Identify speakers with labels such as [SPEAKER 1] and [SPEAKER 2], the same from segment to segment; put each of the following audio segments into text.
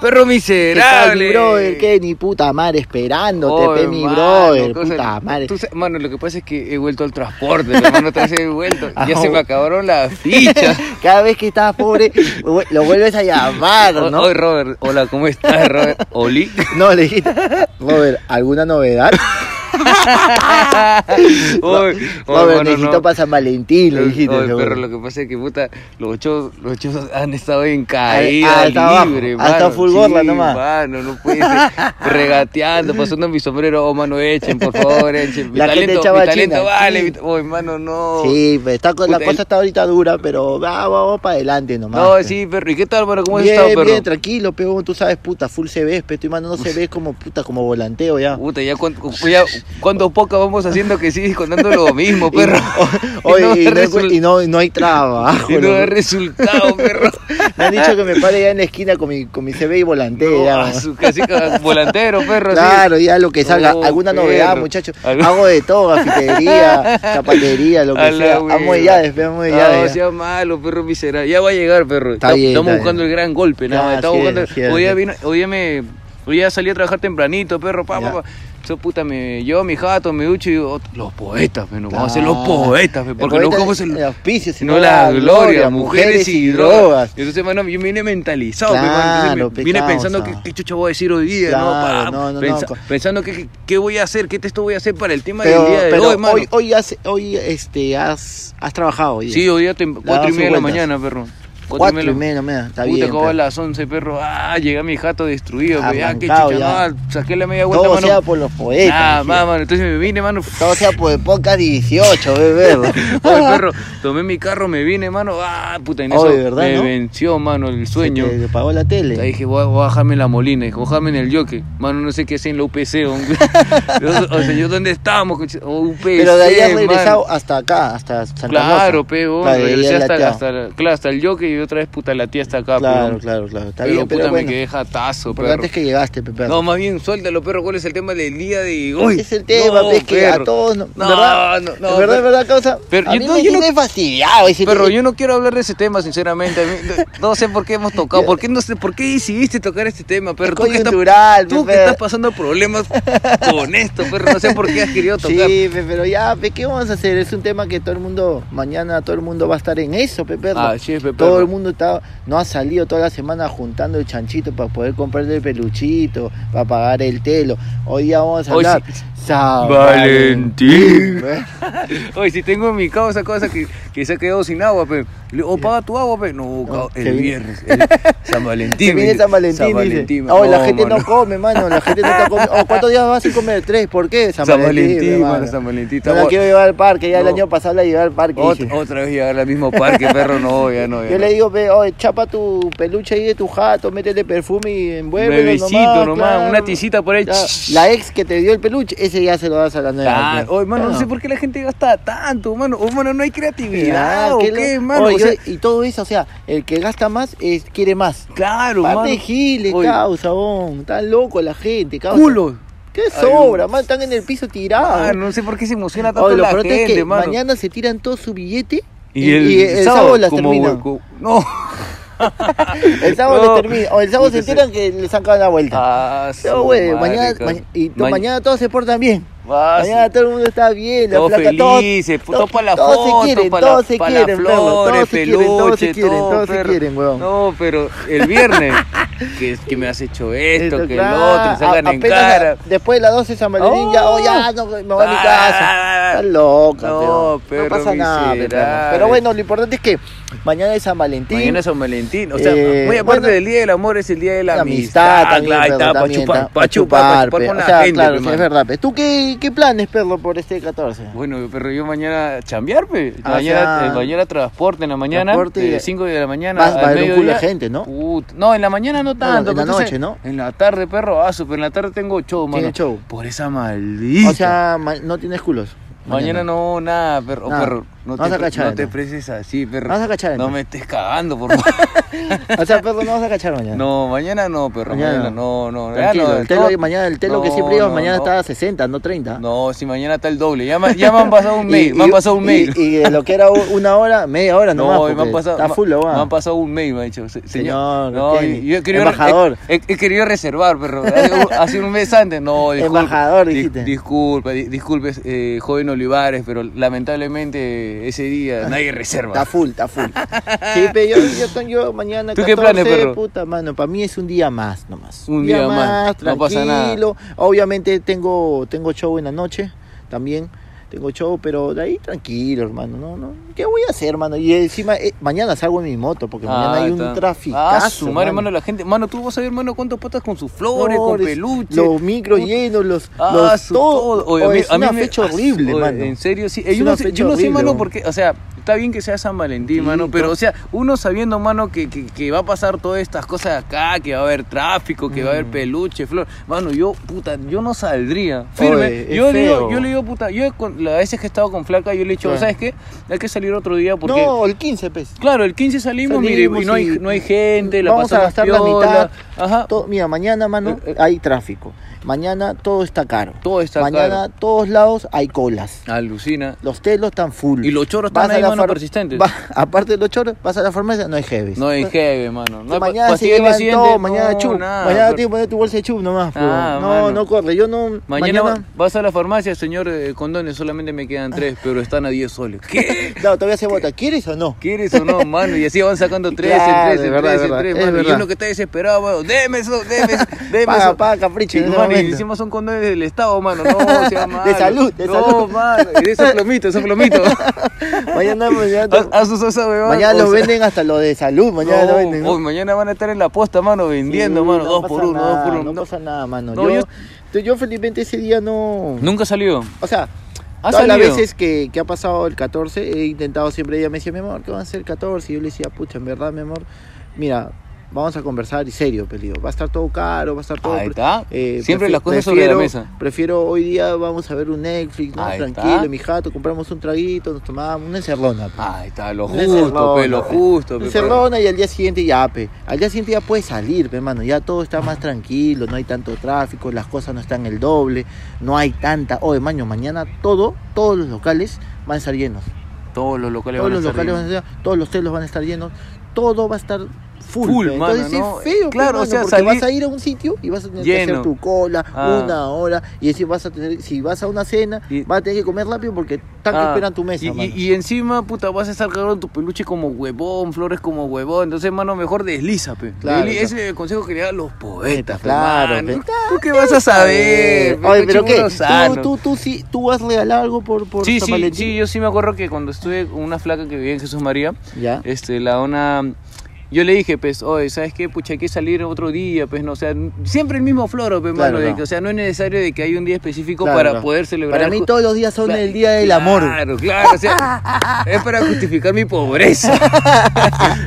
[SPEAKER 1] perro
[SPEAKER 2] Está
[SPEAKER 1] miserable.
[SPEAKER 2] mi brother, que mi puta madre esperándote,
[SPEAKER 1] Oh,
[SPEAKER 2] pe, mi
[SPEAKER 1] hermano,
[SPEAKER 2] brother,
[SPEAKER 1] cosa-
[SPEAKER 2] puta madre.
[SPEAKER 1] tú sa- mano, lo que pasa es que he vuelto al transporte, hermano, te he vuelto. Ya
[SPEAKER 2] Ah,
[SPEAKER 1] se me
[SPEAKER 2] bueno.
[SPEAKER 1] acabaron las fichas.
[SPEAKER 2] Cada vez que estás pobre, vu- lo vuelves a llamar,
[SPEAKER 1] O-
[SPEAKER 2] ¿no?
[SPEAKER 1] Oye, Robert, hola, ¿cómo estás, Robert? Oli.
[SPEAKER 2] No, le dijiste, Robert, ¿alguna novedad?
[SPEAKER 1] Oye, oye,
[SPEAKER 2] Robert,
[SPEAKER 1] mano,
[SPEAKER 2] necesito
[SPEAKER 1] Oh, no. Oh,
[SPEAKER 2] para San Valentín, le
[SPEAKER 1] Oye,
[SPEAKER 2] dijiste.
[SPEAKER 1] oye,
[SPEAKER 2] seguro.
[SPEAKER 1] pero lo que pasa es que, puta, los ochos, los ochos han estado en
[SPEAKER 2] Ah,
[SPEAKER 1] caída
[SPEAKER 2] hasta abajo,
[SPEAKER 1] libre,
[SPEAKER 2] hasta
[SPEAKER 1] mano.
[SPEAKER 2] full gorla
[SPEAKER 1] Sí,
[SPEAKER 2] nomás.
[SPEAKER 1] mano, no puede ser. Regateando, pasando mi sombrero. Oh, mano, echen, por favor, echen. Mi
[SPEAKER 2] La gente
[SPEAKER 1] talento,
[SPEAKER 2] echaba
[SPEAKER 1] mi talento
[SPEAKER 2] china,
[SPEAKER 1] vale.
[SPEAKER 2] sí.
[SPEAKER 1] mi ta- Oye, mano, no.
[SPEAKER 2] Sí, pues está, con- la
[SPEAKER 1] oh. Puta,
[SPEAKER 2] cosa
[SPEAKER 1] el-
[SPEAKER 2] está ahorita dura, pero va, vamos para adelante nomás.
[SPEAKER 1] No,
[SPEAKER 2] pe.
[SPEAKER 1] sí, perro. ¿Y qué tal, mano? ¿Cómo has
[SPEAKER 2] bien,
[SPEAKER 1] estado, perro?
[SPEAKER 2] bien, tranquilo, pero tú sabes, puta, full CBs, pero estoy mandando CBs como puta, como volanteo ya.
[SPEAKER 1] Puta, ya cuánto, ya cuánto poca vamos haciendo que sigues contando lo mismo, perro.
[SPEAKER 2] Y, oye,
[SPEAKER 1] no
[SPEAKER 2] y,
[SPEAKER 1] da
[SPEAKER 2] no,
[SPEAKER 1] resul-
[SPEAKER 2] encu- y no- y no hay trabajo.
[SPEAKER 1] y no
[SPEAKER 2] loco.
[SPEAKER 1] da resultado, perro.
[SPEAKER 2] Me han dicho que me pare ya en la esquina con mi, con mi CB y volanteo.
[SPEAKER 1] No,
[SPEAKER 2] ya,
[SPEAKER 1] a Ah, su casica, volantero, perro. así.
[SPEAKER 2] Claro, ya lo que salga.
[SPEAKER 1] Oh,
[SPEAKER 2] Alguna novedad,
[SPEAKER 1] perro.
[SPEAKER 2] muchachos.
[SPEAKER 1] Algo-
[SPEAKER 2] Hago de todo, gafitería, zapatería, lo
[SPEAKER 1] A
[SPEAKER 2] que
[SPEAKER 1] la
[SPEAKER 2] sea.
[SPEAKER 1] hueva.
[SPEAKER 2] Amo de llaves, pe, amo de
[SPEAKER 1] No,
[SPEAKER 2] llaves. ya.
[SPEAKER 1] sea malo, perro miserable. Ya va a llegar, perro.
[SPEAKER 2] Está
[SPEAKER 1] Está-
[SPEAKER 2] bien,
[SPEAKER 1] Estamos
[SPEAKER 2] está
[SPEAKER 1] buscando
[SPEAKER 2] bien.
[SPEAKER 1] el gran golpe, nada
[SPEAKER 2] Ya,
[SPEAKER 1] más. Estamos
[SPEAKER 2] así es,
[SPEAKER 1] buscando.
[SPEAKER 2] así es,
[SPEAKER 1] hoy, ya
[SPEAKER 2] así es.
[SPEAKER 1] vino- hoy ya me. Hoy ya salí a trabajar tempranito, perro, pa,
[SPEAKER 2] Ya.
[SPEAKER 1] pa, pa. Yo, puta, me llevo mi jato, me ducho y digo, "Ot- los poetas, men, nos vamos a hacer los
[SPEAKER 2] Ah,
[SPEAKER 1] poetas, men,
[SPEAKER 2] los
[SPEAKER 1] porque no
[SPEAKER 2] poetas
[SPEAKER 1] como el,
[SPEAKER 2] el auspicio,
[SPEAKER 1] sino la gloria, mujeres y drogas.
[SPEAKER 2] drogas.
[SPEAKER 1] Entonces, hermano, yo vine mentalizado, pe, hermano. Entonces,
[SPEAKER 2] Claro,
[SPEAKER 1] me-
[SPEAKER 2] pe,
[SPEAKER 1] vine
[SPEAKER 2] causa.
[SPEAKER 1] pensando qué, qué chucha voy a decir hoy día,
[SPEAKER 2] Claro,
[SPEAKER 1] ¿no? Pa,
[SPEAKER 2] no, no, no,
[SPEAKER 1] pensa-
[SPEAKER 2] co-
[SPEAKER 1] Pensando qué, qué- qué voy a hacer, qué texto voy a hacer para el tema
[SPEAKER 2] Pero,
[SPEAKER 1] del día de
[SPEAKER 2] pero
[SPEAKER 1] hoy, hermano.
[SPEAKER 2] hoy, hoy, has, hoy este, has, has trabajado. Hoy,
[SPEAKER 1] Sí, hoy día tem- cuatro y
[SPEAKER 2] sus
[SPEAKER 1] media de la
[SPEAKER 2] vueltas.
[SPEAKER 1] mañana, perro.
[SPEAKER 2] cuatro y media, mira, está
[SPEAKER 1] Puta,
[SPEAKER 2] bien.
[SPEAKER 1] acabó a
[SPEAKER 2] pero-
[SPEAKER 1] las 11, perro. Ah, llegué a mi jato destruido, pe. Ah, qué
[SPEAKER 2] Arrancado
[SPEAKER 1] chucha,
[SPEAKER 2] ya.
[SPEAKER 1] no, ah, saqué la media vuelta,
[SPEAKER 2] Todo
[SPEAKER 1] mano.
[SPEAKER 2] sea por los poetas.
[SPEAKER 1] ah,
[SPEAKER 2] dije.
[SPEAKER 1] más, mano. Entonces me vine, mano. Fue
[SPEAKER 2] Todo sea por el podcast 18, bebé.
[SPEAKER 1] perro. Tomé mi carro, me vine, mano. Ah, puta, en eso
[SPEAKER 2] Oye, ¿verdad,
[SPEAKER 1] me
[SPEAKER 2] no?
[SPEAKER 1] venció, mano, el sueño.
[SPEAKER 2] Se te apagó la
[SPEAKER 1] Ahí
[SPEAKER 2] tele.
[SPEAKER 1] dije, voy a, voy a bajarme en la molina, dije, voy a bajarme en el yoke. Mano, no sé qué hacía en la UPC. hombre. Yo- o sea, yo, ¿dónde estábamos? concha? Oh, UPC,
[SPEAKER 2] Pero de ahí has
[SPEAKER 1] mano.
[SPEAKER 2] regresado hasta acá, hasta Santa
[SPEAKER 1] Claro,
[SPEAKER 2] Rosa.
[SPEAKER 1] peo,
[SPEAKER 2] Claro, de ahí
[SPEAKER 1] regresé
[SPEAKER 2] has
[SPEAKER 1] hasta,
[SPEAKER 2] lateado.
[SPEAKER 1] hasta, claro, hasta el yoke y otra vez puta la tía hasta acá,
[SPEAKER 2] Claro,
[SPEAKER 1] peo.
[SPEAKER 2] claro, claro. Está
[SPEAKER 1] pero
[SPEAKER 2] bien,
[SPEAKER 1] puta
[SPEAKER 2] pero
[SPEAKER 1] me
[SPEAKER 2] bueno.
[SPEAKER 1] quedé jatazo,
[SPEAKER 2] Porque
[SPEAKER 1] perro.
[SPEAKER 2] antes que llegaste, Pepe.
[SPEAKER 1] No, más bien suéltalo, perro, ¿cuál es el tema del día de hoy?
[SPEAKER 2] es el tema,
[SPEAKER 1] No,
[SPEAKER 2] pe, es que
[SPEAKER 1] perro.
[SPEAKER 2] a todos. No,
[SPEAKER 1] No,
[SPEAKER 2] ¿verdad?
[SPEAKER 1] no, no,
[SPEAKER 2] ¿Verdad,
[SPEAKER 1] pero-
[SPEAKER 2] verdad, causa?
[SPEAKER 1] pero
[SPEAKER 2] a
[SPEAKER 1] yo
[SPEAKER 2] mí
[SPEAKER 1] no-
[SPEAKER 2] me
[SPEAKER 1] yo no-
[SPEAKER 2] tiene fastidiado ese
[SPEAKER 1] Perro,
[SPEAKER 2] tema.
[SPEAKER 1] yo no quiero hablar de ese tema, sinceramente. a mí- no- no sé por qué hemos tocado. ¿Por qué, no sé, ¿Por qué decidiste tocar este tema, perro?
[SPEAKER 2] Es
[SPEAKER 1] Tú que estás-
[SPEAKER 2] coyuntural,
[SPEAKER 1] tú que
[SPEAKER 2] perro.
[SPEAKER 1] estás pasando problemas con esto, perro. No sé por qué has querido tocar.
[SPEAKER 2] Sí, pe, pero ya, pe, ¿qué vamos a hacer? Es un tema que todo el mundo, mañana todo el mundo va a estar en eso, Pepe.
[SPEAKER 1] Ah, sí, pe, perro.
[SPEAKER 2] Todo el mundo está, no ha salido toda la semana juntando el chanchito para poder comprarle el peluchito, para pagar el telo. Hoy ya vamos a
[SPEAKER 1] Hoy
[SPEAKER 2] hablar.
[SPEAKER 1] sí-
[SPEAKER 2] San
[SPEAKER 1] Valentín.
[SPEAKER 2] Valentín,
[SPEAKER 1] Oye, si tengo en mi causa cosa que, que se ha quedado sin agua, pe. Le digo, O paga tu agua, pe. No,
[SPEAKER 2] No,
[SPEAKER 1] ca-
[SPEAKER 2] que
[SPEAKER 1] el
[SPEAKER 2] viene-
[SPEAKER 1] viernes. el San Valentín.
[SPEAKER 2] Que viene
[SPEAKER 1] dice.
[SPEAKER 2] San Valentín.
[SPEAKER 1] San
[SPEAKER 2] dice.
[SPEAKER 1] Valentín,
[SPEAKER 2] Oh, la
[SPEAKER 1] no,
[SPEAKER 2] gente
[SPEAKER 1] mano.
[SPEAKER 2] no come, mano. La gente no está comiendo. Oh, ¿Cuántos días vas sin comer? Tres. ¿Por qué? San,
[SPEAKER 1] San
[SPEAKER 2] Valentín.
[SPEAKER 1] Valentín,
[SPEAKER 2] hermano.
[SPEAKER 1] mano, San Valentín.
[SPEAKER 2] No la
[SPEAKER 1] Estamos-
[SPEAKER 2] quiero llevar al parque. Ya
[SPEAKER 1] No. oh,
[SPEAKER 2] el año pasado la llevé al parque.
[SPEAKER 1] Ot-
[SPEAKER 2] dije.
[SPEAKER 1] otra vez llegar al mismo parque, perro, no, ya no, ya
[SPEAKER 2] Yo
[SPEAKER 1] no.
[SPEAKER 2] le digo, pe, oye, chapa tu peluche ahí de tu jato, métele perfume y envuélvelo
[SPEAKER 1] Bebecito
[SPEAKER 2] nomás,
[SPEAKER 1] nomás,
[SPEAKER 2] claro.
[SPEAKER 1] una tisita por ahí.
[SPEAKER 2] Ya, La ex que te dio el peluche, ese ya se lo das a la nueva.
[SPEAKER 1] Claro.
[SPEAKER 2] pe.
[SPEAKER 1] Oye, mano, no
[SPEAKER 2] Ah.
[SPEAKER 1] sé por qué la gente gasta tanto, mano. O, mano, no hay creatividad,
[SPEAKER 2] Claro,
[SPEAKER 1] o
[SPEAKER 2] qué
[SPEAKER 1] qué,
[SPEAKER 2] lo-
[SPEAKER 1] mano.
[SPEAKER 2] Oye,
[SPEAKER 1] O sea,
[SPEAKER 2] yo- Y todo eso, o sea, el que gasta más es- quiere más.
[SPEAKER 1] claro,
[SPEAKER 2] Par
[SPEAKER 1] mano.
[SPEAKER 2] de giles,
[SPEAKER 1] Oye,
[SPEAKER 2] causa, bon. Está loco la gente, causa.
[SPEAKER 1] culo.
[SPEAKER 2] ¿Qué
[SPEAKER 1] Ay,
[SPEAKER 2] sobra, man? Están en el piso
[SPEAKER 1] Ah,
[SPEAKER 2] tirados.
[SPEAKER 1] no sé por qué se emociona tanto
[SPEAKER 2] Oye, lo
[SPEAKER 1] la
[SPEAKER 2] peor
[SPEAKER 1] gente,
[SPEAKER 2] es que
[SPEAKER 1] mano.
[SPEAKER 2] mañana se tiran todo su billete y, y el, sábado, las
[SPEAKER 1] como
[SPEAKER 2] terminan.
[SPEAKER 1] hueco- No.
[SPEAKER 2] El sábado
[SPEAKER 1] No.
[SPEAKER 2] las termina. O el sábado se
[SPEAKER 1] Puta, sí.
[SPEAKER 2] enteran que les han cagado la vuelta.
[SPEAKER 1] Ah, su
[SPEAKER 2] No, güey,
[SPEAKER 1] madre,
[SPEAKER 2] mañana,
[SPEAKER 1] cabrón.
[SPEAKER 2] maña- y to-
[SPEAKER 1] Ma-
[SPEAKER 2] mañana todos se portan bien.
[SPEAKER 1] Ah, su-
[SPEAKER 2] Mañana todo el mundo está bien, la
[SPEAKER 1] Todos
[SPEAKER 2] plata,
[SPEAKER 1] felices,
[SPEAKER 2] todos,
[SPEAKER 1] todo pa' la
[SPEAKER 2] todos
[SPEAKER 1] foto,
[SPEAKER 2] se quieren,
[SPEAKER 1] pa' la-
[SPEAKER 2] todos se
[SPEAKER 1] pa' la
[SPEAKER 2] quieren, perro,
[SPEAKER 1] flores,
[SPEAKER 2] todos se quieren, todos se
[SPEAKER 1] peluche,
[SPEAKER 2] quieren,
[SPEAKER 1] todo,
[SPEAKER 2] todos se
[SPEAKER 1] perro.
[SPEAKER 2] quieren, weón.
[SPEAKER 1] No, pero el viernes, que, que me has hecho esto,
[SPEAKER 2] Esto,
[SPEAKER 1] que el
[SPEAKER 2] claro,
[SPEAKER 1] otro, me sacan
[SPEAKER 2] a-
[SPEAKER 1] en
[SPEAKER 2] ah, apenas a-
[SPEAKER 1] cara.
[SPEAKER 2] después de las 12 San Valentín, ya, oh, ya, no, me voy a mi
[SPEAKER 1] Ah,
[SPEAKER 2] casa. Estás loca,
[SPEAKER 1] no,
[SPEAKER 2] peón.
[SPEAKER 1] perro
[SPEAKER 2] No pasa nada,
[SPEAKER 1] miserable.
[SPEAKER 2] perro. Pero bueno, lo importante es que mañana es San Valentín.
[SPEAKER 1] Mañana es San Valentín, o sea,
[SPEAKER 2] Eh,
[SPEAKER 1] muy aparte
[SPEAKER 2] bueno,
[SPEAKER 1] del día del amor es el día de la,
[SPEAKER 2] la
[SPEAKER 1] amistad,
[SPEAKER 2] amistad también,
[SPEAKER 1] claro, ahí
[SPEAKER 2] perro,
[SPEAKER 1] está, para
[SPEAKER 2] también,
[SPEAKER 1] chupar,
[SPEAKER 2] está,
[SPEAKER 1] para chupar, para
[SPEAKER 2] pe,
[SPEAKER 1] chupar con
[SPEAKER 2] o
[SPEAKER 1] la
[SPEAKER 2] sea,
[SPEAKER 1] gente, pues,
[SPEAKER 2] claro,
[SPEAKER 1] pe,
[SPEAKER 2] sí,
[SPEAKER 1] mano.
[SPEAKER 2] es verdad. pe. ¿Tú qué, qué planes, perro, por este 14?
[SPEAKER 1] Bueno, pero yo mañana chambear, pe.
[SPEAKER 2] Ah,
[SPEAKER 1] mañana,
[SPEAKER 2] o sea,
[SPEAKER 1] eh, mañana transporte en la mañana,
[SPEAKER 2] transporte y-
[SPEAKER 1] de 5 de la mañana
[SPEAKER 2] Vas- va a
[SPEAKER 1] al
[SPEAKER 2] haber un
[SPEAKER 1] mediodía.
[SPEAKER 2] culo de gente, ¿no?
[SPEAKER 1] Put- no, en la mañana no tanto.
[SPEAKER 2] en la
[SPEAKER 1] entonces,
[SPEAKER 2] noche, ¿no?
[SPEAKER 1] En la tarde, perro, aso, pero en la tarde tengo show, mano.
[SPEAKER 2] Tiene show.
[SPEAKER 1] Por esa maldita.
[SPEAKER 2] O sea, ma- no tienes culos.
[SPEAKER 1] mañana, no, nada, perro.
[SPEAKER 2] Nada.
[SPEAKER 1] perro. No,
[SPEAKER 2] Vas
[SPEAKER 1] te,
[SPEAKER 2] a cachar,
[SPEAKER 1] no te
[SPEAKER 2] ¿no?
[SPEAKER 1] expreses así, perro.
[SPEAKER 2] Vas a cachar,
[SPEAKER 1] No
[SPEAKER 2] ¿no?
[SPEAKER 1] me estés cagando, por favor.
[SPEAKER 2] O sea, perro, no vas a cachar mañana.
[SPEAKER 1] No, mañana no, perro.
[SPEAKER 2] Mañana
[SPEAKER 1] Mañana no, no. ya
[SPEAKER 2] Tranquilo,
[SPEAKER 1] no,
[SPEAKER 2] el telo,
[SPEAKER 1] todo-
[SPEAKER 2] que mañana, el telo que
[SPEAKER 1] No,
[SPEAKER 2] siempre ibas,
[SPEAKER 1] no,
[SPEAKER 2] mañana
[SPEAKER 1] no.
[SPEAKER 2] está a 60, no 30.
[SPEAKER 1] No, si mañana está el doble. Ya, ma- ya me han pasado un
[SPEAKER 2] Y-
[SPEAKER 1] mail. me han
[SPEAKER 2] y-
[SPEAKER 1] pasado un
[SPEAKER 2] y-
[SPEAKER 1] mail.
[SPEAKER 2] Y, de lo que era u- una hora, media hora nomás.
[SPEAKER 1] No, me
[SPEAKER 2] porque
[SPEAKER 1] han pasado.
[SPEAKER 2] Está
[SPEAKER 1] ma-
[SPEAKER 2] full, lo
[SPEAKER 1] Me han pasado un mail, me ha dicho. se-
[SPEAKER 2] Señor,
[SPEAKER 1] Señor, no,
[SPEAKER 2] Kenny,
[SPEAKER 1] yo he querido,
[SPEAKER 2] embajador.
[SPEAKER 1] He, he- he querido reservar, pero hace un mes antes. No, disculpe.
[SPEAKER 2] Embajador,
[SPEAKER 1] dis-
[SPEAKER 2] dijiste.
[SPEAKER 1] disculpe, di- disculpe, eh, joven Olivares, pero lamentablemente ese día nadie reserva.
[SPEAKER 2] Está full, está full. Sí, pero yo, yo, estoy- yo mañana
[SPEAKER 1] ¿Tú qué planes, perro?
[SPEAKER 2] puta, mano, para mí es un día más nomás.
[SPEAKER 1] Un día más, no pasa nada.
[SPEAKER 2] tranquilo. Obviamente tengo, tengo show en la noche también. Tengo show, pero de ahí tranquilo, hermano. No, no. ¿Qué voy a hacer, hermano? Y encima, eh, mañana salgo en mi moto, porque mañana
[SPEAKER 1] Ah,
[SPEAKER 2] hay un
[SPEAKER 1] está.
[SPEAKER 2] tráfico.
[SPEAKER 1] Ah, su madre, hermano, la gente. Mano, tú vas a ver, hermano, cuántos patas con sus flores, con
[SPEAKER 2] Flores,
[SPEAKER 1] peluches.
[SPEAKER 2] Los micros llenos, los,
[SPEAKER 1] Ah,
[SPEAKER 2] los
[SPEAKER 1] su-
[SPEAKER 2] todo.
[SPEAKER 1] Oye,
[SPEAKER 2] Oye,
[SPEAKER 1] mí-
[SPEAKER 2] es una
[SPEAKER 1] mí me-
[SPEAKER 2] fecha
[SPEAKER 1] ah, su-
[SPEAKER 2] horrible,
[SPEAKER 1] oye,
[SPEAKER 2] mano.
[SPEAKER 1] En serio, sí.
[SPEAKER 2] Es
[SPEAKER 1] yo
[SPEAKER 2] una
[SPEAKER 1] no sé,
[SPEAKER 2] fecha
[SPEAKER 1] yo no sé,
[SPEAKER 2] horrible,
[SPEAKER 1] mano,
[SPEAKER 2] mano.
[SPEAKER 1] porque, o sea, está bien que sea San Valentín,
[SPEAKER 2] Sí,
[SPEAKER 1] mano, pero,
[SPEAKER 2] todo.
[SPEAKER 1] o sea, uno sabiendo, mano, que, que, que va a pasar todas estas cosas acá, que va a haber tráfico, que va a haber peluche, flor. Mano, yo, puta, yo no saldría. Firme.
[SPEAKER 2] Mm. Oye, es
[SPEAKER 1] yo, le
[SPEAKER 2] feo.
[SPEAKER 1] digo, yo le digo, puta, yo con, las veces que he estado con Flaca, yo le he dicho,
[SPEAKER 2] Claro.
[SPEAKER 1] ¿sabes qué? Hay que salir otro día porque.
[SPEAKER 2] No, el pues. 15, pez.
[SPEAKER 1] Claro, el 15 salimos, mire,
[SPEAKER 2] Salimos
[SPEAKER 1] y no hay,
[SPEAKER 2] y
[SPEAKER 1] no hay gente, la
[SPEAKER 2] Vamos a
[SPEAKER 1] pasamos
[SPEAKER 2] gastar
[SPEAKER 1] piola.
[SPEAKER 2] la mitad.
[SPEAKER 1] Ajá.
[SPEAKER 2] To- mira, mañana, mano,
[SPEAKER 1] Eh, eh.
[SPEAKER 2] hay tráfico. Mañana todo está caro.
[SPEAKER 1] Todo está
[SPEAKER 2] mañana todos lados hay colas.
[SPEAKER 1] Alucina.
[SPEAKER 2] Los telos están full.
[SPEAKER 1] Y los choros están
[SPEAKER 2] Vas a
[SPEAKER 1] ahí,
[SPEAKER 2] la
[SPEAKER 1] mano,
[SPEAKER 2] far-
[SPEAKER 1] persistentes.
[SPEAKER 2] va- aparte de los choros, vas a la farmacia, no hay heavy.
[SPEAKER 1] No es heavy, mano. No hay
[SPEAKER 2] mañana se
[SPEAKER 1] pastillas
[SPEAKER 2] llevan
[SPEAKER 1] de
[SPEAKER 2] todo,
[SPEAKER 1] accidente,
[SPEAKER 2] mañana
[SPEAKER 1] no,
[SPEAKER 2] chup.
[SPEAKER 1] nada,
[SPEAKER 2] mañana
[SPEAKER 1] pero-
[SPEAKER 2] tienes que poner tu bolsa de chup nomás, pues.
[SPEAKER 1] Ah,
[SPEAKER 2] No,
[SPEAKER 1] mano.
[SPEAKER 2] no corre. Yo no.
[SPEAKER 1] Mañana, vas a la farmacia, señor eh, condones, solamente me quedan tres, pero están a 10 soles. ¿Qué?
[SPEAKER 2] No, todavía se vota. ¿Quieres o no?
[SPEAKER 1] ¿Quieres o no, mano? Y así van sacando tres,
[SPEAKER 2] Claro,
[SPEAKER 1] en tres,
[SPEAKER 2] es
[SPEAKER 1] en
[SPEAKER 2] verdad,
[SPEAKER 1] tres,
[SPEAKER 2] es
[SPEAKER 1] en tres,
[SPEAKER 2] verdad,
[SPEAKER 1] mano.
[SPEAKER 2] es
[SPEAKER 1] Y
[SPEAKER 2] verdad.
[SPEAKER 1] uno que está desesperado, mano, deme eso, deme eso, deme
[SPEAKER 2] Paga,
[SPEAKER 1] eso.
[SPEAKER 2] paga, capricho,
[SPEAKER 1] Y,
[SPEAKER 2] en ese
[SPEAKER 1] mano, y
[SPEAKER 2] momento.
[SPEAKER 1] encima son condones del Estado, mano. No, sea malo.
[SPEAKER 2] salud, de
[SPEAKER 1] no,
[SPEAKER 2] salud.
[SPEAKER 1] mano. Y de esos plomitos, esos plomitos.
[SPEAKER 2] Mañana, mañana.
[SPEAKER 1] Haz- haz uso esa huevada.
[SPEAKER 2] mañana
[SPEAKER 1] o
[SPEAKER 2] los
[SPEAKER 1] sea-
[SPEAKER 2] venden hasta lo de salud. Mañana
[SPEAKER 1] No,
[SPEAKER 2] lo venden. ¿no?
[SPEAKER 1] hoy mañana van a estar en la posta, mano, vendiendo,
[SPEAKER 2] Sí,
[SPEAKER 1] mano.
[SPEAKER 2] no
[SPEAKER 1] dos
[SPEAKER 2] pasa
[SPEAKER 1] por uno,
[SPEAKER 2] nada,
[SPEAKER 1] dos por uno.
[SPEAKER 2] No pasa nada, mano.
[SPEAKER 1] No,
[SPEAKER 2] yo,
[SPEAKER 1] yo-
[SPEAKER 2] yo, felizmente ese día no.
[SPEAKER 1] Nunca salió.
[SPEAKER 2] O sea,
[SPEAKER 1] Ha
[SPEAKER 2] todas las
[SPEAKER 1] salido.
[SPEAKER 2] veces que, que ha pasado el 14, he intentado siempre. Ella me decía, mi amor, ¿qué van a hacer el 14? Y yo le decía, pucha, en verdad, mi amor, mira, vamos a conversar y serio, pedido. Va a estar todo caro, va a estar todo.
[SPEAKER 1] Ahí
[SPEAKER 2] pre-
[SPEAKER 1] está.
[SPEAKER 2] eh,
[SPEAKER 1] Siempre
[SPEAKER 2] prefi-
[SPEAKER 1] las cosas sobre la
[SPEAKER 2] prefiero-
[SPEAKER 1] mesa.
[SPEAKER 2] Prefiero hoy día vamos a ver un Netflix, ¿no?
[SPEAKER 1] Ahí
[SPEAKER 2] tranquilo,
[SPEAKER 1] está.
[SPEAKER 2] mi jato, compramos un traguito, nos tomábamos una encerrona. pe.
[SPEAKER 1] Ahí está, lo
[SPEAKER 2] Una
[SPEAKER 1] justo,
[SPEAKER 2] encerrona, pues.
[SPEAKER 1] pe, lo
[SPEAKER 2] pe.
[SPEAKER 1] justo.
[SPEAKER 2] Una
[SPEAKER 1] pe,
[SPEAKER 2] encerrona y al día siguiente ya, pe. Al día siguiente ya puedes salir, pe, mano. Ya todo está más tranquilo, no hay tanto tráfico, las cosas no están el doble, no hay tanta. Oye, maño, mañana todo, todos los locales van a estar llenos.
[SPEAKER 1] pero Todos los locales
[SPEAKER 2] Todos
[SPEAKER 1] van a
[SPEAKER 2] los
[SPEAKER 1] estar
[SPEAKER 2] locales van a
[SPEAKER 1] llenos.
[SPEAKER 2] estar llenos, todos los telos van a estar llenos, todo va a estar full.
[SPEAKER 1] Full,
[SPEAKER 2] pe.
[SPEAKER 1] mano,
[SPEAKER 2] Entonces
[SPEAKER 1] ¿no?
[SPEAKER 2] es feo, pe,
[SPEAKER 1] Claro, o
[SPEAKER 2] mano,
[SPEAKER 1] sea,
[SPEAKER 2] porque
[SPEAKER 1] salí-
[SPEAKER 2] vas a ir a un sitio y vas a tener que hacer
[SPEAKER 1] Lleno.
[SPEAKER 2] tu cola
[SPEAKER 1] Ah.
[SPEAKER 2] una hora. Y decir, vas a tener, si vas a una cena,
[SPEAKER 1] Y-
[SPEAKER 2] vas a tener que comer rápido porque tanto
[SPEAKER 1] Ah,
[SPEAKER 2] esperan tu mesa,
[SPEAKER 1] y, y-
[SPEAKER 2] mano.
[SPEAKER 1] y encima, puta, vas a estar cargando tu peluche como huevón, flores como huevón. Entonces, mano, mejor desliza, pe.
[SPEAKER 2] Claro,
[SPEAKER 1] Desli- Ese
[SPEAKER 2] claro.
[SPEAKER 1] es el consejo que le dan los poetas, pe,
[SPEAKER 2] Claro,
[SPEAKER 1] mano.
[SPEAKER 2] pe.
[SPEAKER 1] ¿Tú qué vas a saber? pe?
[SPEAKER 2] Oye, pero
[SPEAKER 1] Chungo
[SPEAKER 2] qué,
[SPEAKER 1] sano.
[SPEAKER 2] ¿Tú, tú, tú, sí, tú has regalado algo por, por
[SPEAKER 1] Sí,
[SPEAKER 2] San
[SPEAKER 1] sí,
[SPEAKER 2] Valentín?
[SPEAKER 1] sí, yo sí me acuerdo que cuando estuve con una flaca que vivía en Jesús María,
[SPEAKER 2] Ya.
[SPEAKER 1] este, la una... Yo le dije, pues, oye, ¿sabes qué? Pucha, hay que salir otro día, pues, no, o sea, n- siempre el mismo floro, pues,
[SPEAKER 2] Claro,
[SPEAKER 1] mano, de
[SPEAKER 2] no.
[SPEAKER 1] que, o sea, no es necesario de que haya un día específico
[SPEAKER 2] Claro,
[SPEAKER 1] para
[SPEAKER 2] no.
[SPEAKER 1] poder celebrar.
[SPEAKER 2] Para mí
[SPEAKER 1] ju-
[SPEAKER 2] todos los días son
[SPEAKER 1] Cla-
[SPEAKER 2] el día del amor.
[SPEAKER 1] Claro, claro, o sea, es para justificar mi pobreza.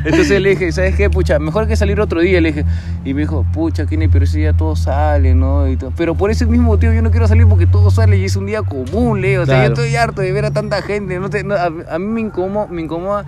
[SPEAKER 1] Entonces le dije, ¿sabes qué? Pucha, mejor que salir otro día, le dije. Y me dijo, pucha, Kenny, pero ese día todo sale, ¿no? Y todo. Pero por ese mismo motivo yo no quiero salir porque todo sale y es un día común, Leo. O sea,
[SPEAKER 2] Claro.
[SPEAKER 1] yo estoy harto de ver a tanta gente. No te- no, a, a mí me incomoda, me incomoda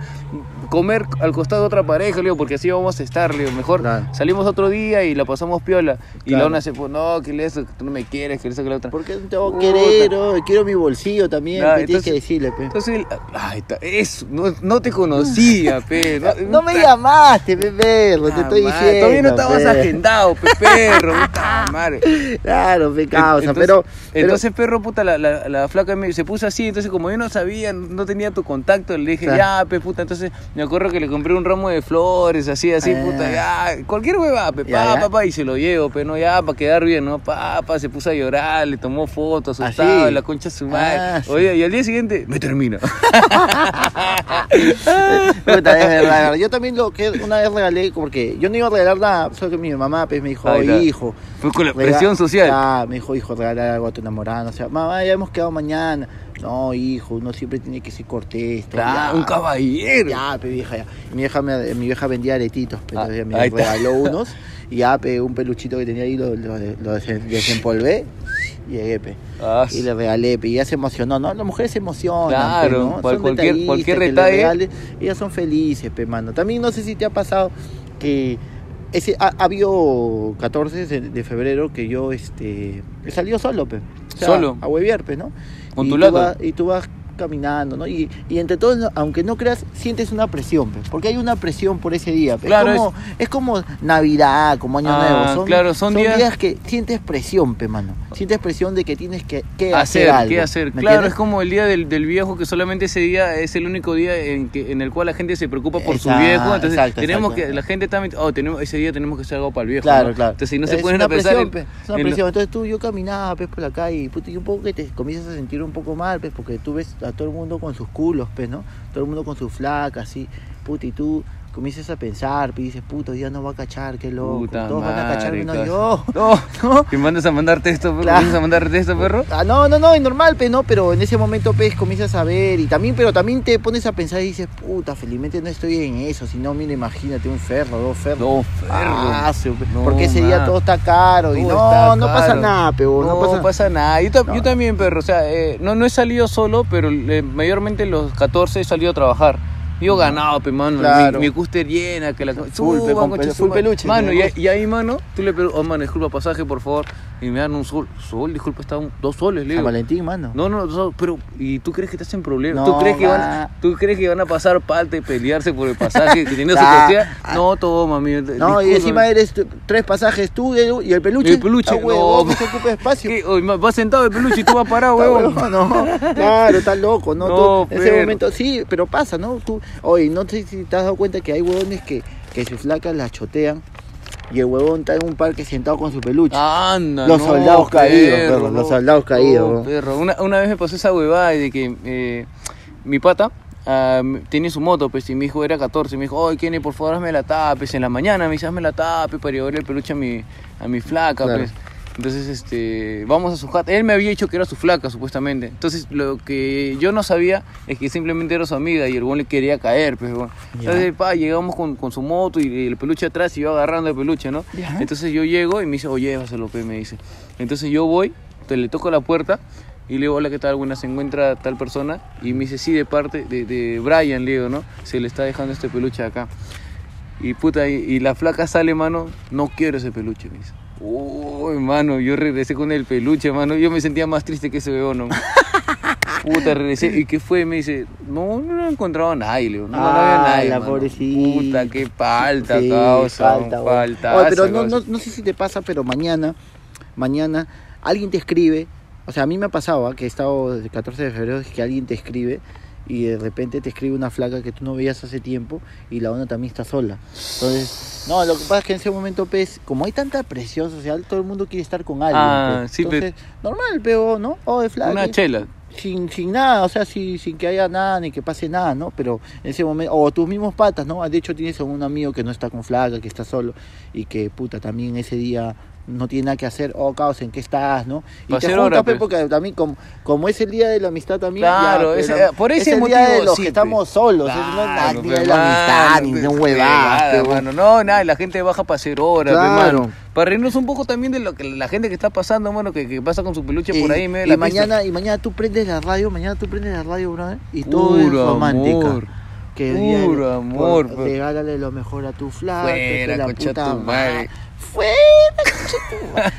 [SPEAKER 1] comer al costado de otra pareja, Leo, porque así vamos a estar, Leo. Mejor
[SPEAKER 2] Claro.
[SPEAKER 1] salimos otro día y la pasamos piola. Y
[SPEAKER 2] Claro.
[SPEAKER 1] la una se pone, no, que le eso, que tú no me quieres, que le eso, que la otra.
[SPEAKER 2] ¿Por qué no te voy a querer? oh? quiero mi bolsillo también.
[SPEAKER 1] Nah,
[SPEAKER 2] pe, tienes que
[SPEAKER 1] entonces-
[SPEAKER 2] decirle, pe.
[SPEAKER 1] Entonces, el- ay, ta- eso, no, no te conocía, pe. No,
[SPEAKER 2] No me llamaste, pe, perro, te estoy
[SPEAKER 1] Ah,
[SPEAKER 2] diciendo.
[SPEAKER 1] Todavía no estabas
[SPEAKER 2] pe.
[SPEAKER 1] agendado, pe, perro, puta madre.
[SPEAKER 2] Claro, pe, causa,
[SPEAKER 1] Entonces-
[SPEAKER 2] pero... pero-
[SPEAKER 1] Entonces, perro, puta, la, la, la flaca me- se puso así. Entonces, como yo no sabía, no tenía tu contacto, le dije, ya,
[SPEAKER 2] Claro.
[SPEAKER 1] pe, puta. Entonces, me acuerdo que le compré un ramo de flores, así, así,
[SPEAKER 2] Ah.
[SPEAKER 1] puta, ya. Cualquier hueva, pe,
[SPEAKER 2] Ya,
[SPEAKER 1] pa,
[SPEAKER 2] ya.
[SPEAKER 1] pa, pa, y se lo llevo, pe, no, ya, para quedar bien, ¿no? Pa, pa, se puso a llorar, le tomó fotos,
[SPEAKER 2] Así.
[SPEAKER 1] asustado, la concha de su madre.
[SPEAKER 2] Ah, sí.
[SPEAKER 1] Oye, y al día siguiente, me termina.
[SPEAKER 2] Puta, es verdad. Yo también lo que una vez regalé, porque yo no iba a regalar nada, solo que mi mamá pues, me dijo,
[SPEAKER 1] Ahí está.
[SPEAKER 2] hijo.
[SPEAKER 1] Fue con la
[SPEAKER 2] rega-
[SPEAKER 1] presión social.
[SPEAKER 2] Ah, me dijo, hijo, regalar algo a tu enamorada. O sea, mamá, ya hemos quedado mañana. No, hijo, uno siempre tiene que ser cortés. todo,
[SPEAKER 1] Claro,
[SPEAKER 2] ya.
[SPEAKER 1] un caballero.
[SPEAKER 2] Ya, pe vieja, ya. Y Mi vieja, me- mi vieja vendía aretitos, pero
[SPEAKER 1] Ah,
[SPEAKER 2] entonces me
[SPEAKER 1] ahí está.
[SPEAKER 2] regaló unos. Y ya, pe, un peluchito que tenía ahí, lo, lo, lo desen- desempolvé. llegué, pe.
[SPEAKER 1] Ah,
[SPEAKER 2] Y le regalé, pe. Y ella se emocionó, ¿no? Las mujeres se emocionan. pe,
[SPEAKER 1] Claro,
[SPEAKER 2] ¿no?
[SPEAKER 1] cual-
[SPEAKER 2] Son
[SPEAKER 1] cualquier-
[SPEAKER 2] detallistas,
[SPEAKER 1] cualquier
[SPEAKER 2] que le
[SPEAKER 1] detalle.
[SPEAKER 2] regales, ellas son felices, pe, mano. También no sé si te ha pasado que. Ese, ha, ha habido 14 de, de febrero que yo este, he salido solo, pe. O sea,
[SPEAKER 1] Solo.
[SPEAKER 2] A hueviar, pe, ¿no?
[SPEAKER 1] Con
[SPEAKER 2] y
[SPEAKER 1] tu
[SPEAKER 2] tú
[SPEAKER 1] lata.
[SPEAKER 2] vas- y tú vas caminando, ¿no? Y, y entre todos, no- aunque no creas, sientes una presión, pe, porque hay una presión por ese día. pe.
[SPEAKER 1] Claro,
[SPEAKER 2] es, como, es como Navidad, como Año
[SPEAKER 1] Ah,
[SPEAKER 2] Nuevo. Son,
[SPEAKER 1] claro, son días-
[SPEAKER 2] que sientes presión, pe, mano. Sientes presión de que tienes que, que hacer,
[SPEAKER 1] hacer,
[SPEAKER 2] algo.
[SPEAKER 1] qué hacer.
[SPEAKER 2] ¿me
[SPEAKER 1] Claro,
[SPEAKER 2] entiendes?
[SPEAKER 1] es como el día del, del viejo, que solamente ese día es el único día en, que, en el cual la gente se preocupa por
[SPEAKER 2] Exacto,
[SPEAKER 1] su viejo. Entonces,
[SPEAKER 2] exacto,
[SPEAKER 1] tenemos
[SPEAKER 2] exacto.
[SPEAKER 1] que, la gente también, oh, tenemos, ese día tenemos que hacer algo para el viejo.
[SPEAKER 2] Claro,
[SPEAKER 1] ¿no?
[SPEAKER 2] claro.
[SPEAKER 1] Entonces, si no se
[SPEAKER 2] Es
[SPEAKER 1] ponen
[SPEAKER 2] una
[SPEAKER 1] a pensar.
[SPEAKER 2] presión,
[SPEAKER 1] en-
[SPEAKER 2] pe, es una
[SPEAKER 1] en lo-
[SPEAKER 2] presión. Entonces tú, yo caminaba, pues, por la calle y, puta, y un poco que te comienzas a sentir un poco mal, pues, porque tú ves a todo el mundo con sus culos, pues, ¿no? Todo el mundo con sus flacas, así, puta, y tú comienzas a pensar, pues, y dices, puta, hoy día no va a cachar, qué loco.
[SPEAKER 1] Puta
[SPEAKER 2] Todos van a cachar
[SPEAKER 1] madre,
[SPEAKER 2] menos
[SPEAKER 1] cosa.
[SPEAKER 2] yo.
[SPEAKER 1] No,
[SPEAKER 2] ¿no?
[SPEAKER 1] que mandas a mandar texto, perro.
[SPEAKER 2] Claro.
[SPEAKER 1] ¿Mandas a mandar texto, perro?
[SPEAKER 2] Ah, no, no, no, es normal, pe, ¿no? Pero en ese momento, pues, comienzas a ver y también, pero también te pones a pensar y dices, puta, felizmente no estoy en eso, si no, mira, imagínate un ferro, dos ferros.
[SPEAKER 1] No, perro.
[SPEAKER 2] Ah, su-
[SPEAKER 1] No,
[SPEAKER 2] porque ese día
[SPEAKER 1] ma.
[SPEAKER 2] todo está caro y
[SPEAKER 1] Todo
[SPEAKER 2] no,
[SPEAKER 1] está
[SPEAKER 2] no pasa
[SPEAKER 1] caro.
[SPEAKER 2] nada, pero no,
[SPEAKER 1] no,
[SPEAKER 2] pasa
[SPEAKER 1] pasa, nada. Yo, ta-
[SPEAKER 2] No,
[SPEAKER 1] yo
[SPEAKER 2] no.
[SPEAKER 1] también, perro. O sea, eh, no, no he salido solo, pero eh, mayormente los 14 he salido a trabajar. Yo ganado, pe, mano.
[SPEAKER 2] Claro.
[SPEAKER 1] Mi, mi cúster llena, que la
[SPEAKER 2] Full, pe,
[SPEAKER 1] Suban,
[SPEAKER 2] con
[SPEAKER 1] concha
[SPEAKER 2] pelu-
[SPEAKER 1] su
[SPEAKER 2] full
[SPEAKER 1] madre.
[SPEAKER 2] peluche,
[SPEAKER 1] Mano,
[SPEAKER 2] ¿no?
[SPEAKER 1] y, y ahí, mano, tú le preguntas, oh, mano, disculpa, pasaje, por favor. Y me dan un sol. Sol, disculpa, está un- dos soles, le
[SPEAKER 2] San
[SPEAKER 1] digo.
[SPEAKER 2] Valentín, mano.
[SPEAKER 1] No, no, no, pero ¿y tú crees que estás en problemas?
[SPEAKER 2] No,
[SPEAKER 1] ¿Tú, crees que van,
[SPEAKER 2] va.
[SPEAKER 1] a- ¿Tú crees que van a pasar parte y pelearse por el pasaje que tiene su
[SPEAKER 2] Ah,
[SPEAKER 1] costilla? No, toma, mi.
[SPEAKER 2] No, y
[SPEAKER 1] discúlpame.
[SPEAKER 2] encima eres t- tres pasajes tú Edu, y el peluche.
[SPEAKER 1] Y el peluche,
[SPEAKER 2] Ah, huevón,
[SPEAKER 1] no.
[SPEAKER 2] que se ocupa espacio.
[SPEAKER 1] ¿Qué? Oye, ma- Vas sentado el peluche y tú vas parado,
[SPEAKER 2] Está
[SPEAKER 1] huevón.
[SPEAKER 2] huevón, no, claro, está loco, ¿no?
[SPEAKER 1] No,
[SPEAKER 2] Tú, en ese
[SPEAKER 1] pero-
[SPEAKER 2] momento, sí, pero pasa, ¿no? Tú, oye, no sé si te has dado cuenta que hay huevones que, que sus flacas las chotean y el huevón está en un parque sentado con su peluche.
[SPEAKER 1] Anda,
[SPEAKER 2] Los
[SPEAKER 1] no,
[SPEAKER 2] soldados caídos,
[SPEAKER 1] perro,
[SPEAKER 2] perro, los
[SPEAKER 1] no.
[SPEAKER 2] soldados caídos,
[SPEAKER 1] No,
[SPEAKER 2] ¿no?
[SPEAKER 1] perro. Una, una vez me pasó esa huevada de que eh, mi pata ah, m- tiene su moto, pues, y mi hijo era 14. y Me dijo, oye, Kenny, por favor, hazme la tapes. En la mañana me dice, hazme la tape para llevarle el peluche a mi, a mi flaca,
[SPEAKER 2] Claro.
[SPEAKER 1] pues. Entonces, este, vamos a su jata. Él me había dicho que era su flaca, supuestamente. Entonces, lo que yo no sabía es que simplemente era su amiga y el güey le quería caer, pues, huevón.
[SPEAKER 2] Ya.
[SPEAKER 1] Entonces, pa, llegamos con, con su moto y el peluche atrás y yo agarrando el peluche, ¿no?
[SPEAKER 2] Ya.
[SPEAKER 1] Entonces yo llego y me dice, oye, llévaselo, pe", me dice. Entonces yo voy, te le toco la puerta y le digo, hola, ¿qué tal? Buenas, se encuentra tal persona. Y me dice, sí, de parte de, de Brian, le digo, ¿no? Se le está dejando este peluche acá. Y puta, y, y la flaca sale, mano, no quiero ese peluche, me dice. Uy, mano, yo regresé con el peluche, mano. Yo me sentía más triste que ese weón, ¿no? Puta, regresé. ¿Y qué fue? Me dice, no, no he encontrado a nadie, le digo. No, no había
[SPEAKER 2] Ah,
[SPEAKER 1] nadie.
[SPEAKER 2] la
[SPEAKER 1] mano.
[SPEAKER 2] pobrecita.
[SPEAKER 1] Puta, qué falta,
[SPEAKER 2] Sí,
[SPEAKER 1] causa.
[SPEAKER 2] falta,
[SPEAKER 1] Falta,
[SPEAKER 2] güey. Oye, pero
[SPEAKER 1] esa
[SPEAKER 2] no, no,
[SPEAKER 1] causa.
[SPEAKER 2] no sé si te pasa, pero mañana, mañana, alguien te escribe. O sea, a mí me ha pasado ¿ah? que he estado desde el 14 de febrero, es que alguien te escribe y de repente te escribe una flaca que tú no veías hace tiempo y la onda también está sola. Entonces, no, lo que pasa es que en ese momento, pues, como hay tanta presión social, todo el mundo quiere estar con alguien.
[SPEAKER 1] Ah,
[SPEAKER 2] pues.
[SPEAKER 1] sí, pe-
[SPEAKER 2] Entonces, normal, pero, ¿no? O de flaca.
[SPEAKER 1] Una chela.
[SPEAKER 2] sin, sin nada, o sea, sin, sin que haya nada ni que pase nada, ¿no? Pero en ese momento, o tus mismos patas, ¿no? De hecho, tienes a un amigo que no está con flaca, que está solo y que, puta, también ese día no tiene nada que hacer, oh, caos, ¿en qué estás, no? Y
[SPEAKER 1] Va a
[SPEAKER 2] te
[SPEAKER 1] ser
[SPEAKER 2] juntas,
[SPEAKER 1] hora,
[SPEAKER 2] pe,
[SPEAKER 1] pues.
[SPEAKER 2] porque también, como, como es el día de la amistad también.
[SPEAKER 1] Claro,
[SPEAKER 2] pe,
[SPEAKER 1] ese-
[SPEAKER 2] la-
[SPEAKER 1] por ese
[SPEAKER 2] es el día
[SPEAKER 1] motivo,
[SPEAKER 2] de los
[SPEAKER 1] sí,
[SPEAKER 2] que
[SPEAKER 1] pe.
[SPEAKER 2] estamos solos, es
[SPEAKER 1] Ah,
[SPEAKER 2] no
[SPEAKER 1] Claro,
[SPEAKER 2] es nada, ni de
[SPEAKER 1] pe,
[SPEAKER 2] la amistad,
[SPEAKER 1] mano,
[SPEAKER 2] ni
[SPEAKER 1] pe,
[SPEAKER 2] de un huevada,
[SPEAKER 1] huevada,
[SPEAKER 2] pe,
[SPEAKER 1] mano. No, nada, la gente baja para hacer horas, pe,
[SPEAKER 2] Claro.
[SPEAKER 1] mano. Para reírnos un poco también de lo que la gente que está pasando, mano, que, que pasa con su peluche por ahí, en medio de la pista.
[SPEAKER 2] mañana, y mañana tú prendes la radio, mañana tú prendes la radio, brother, y todo es
[SPEAKER 1] Puro
[SPEAKER 2] romántica.
[SPEAKER 1] amor.
[SPEAKER 2] Que
[SPEAKER 1] Puro
[SPEAKER 2] día- por-
[SPEAKER 1] amor, pe.
[SPEAKER 2] regálale lo mejor a tu flaca.
[SPEAKER 1] Fuera,
[SPEAKER 2] que la
[SPEAKER 1] concha
[SPEAKER 2] puta
[SPEAKER 1] tu madre.
[SPEAKER 2] Fuera, concha tu madre.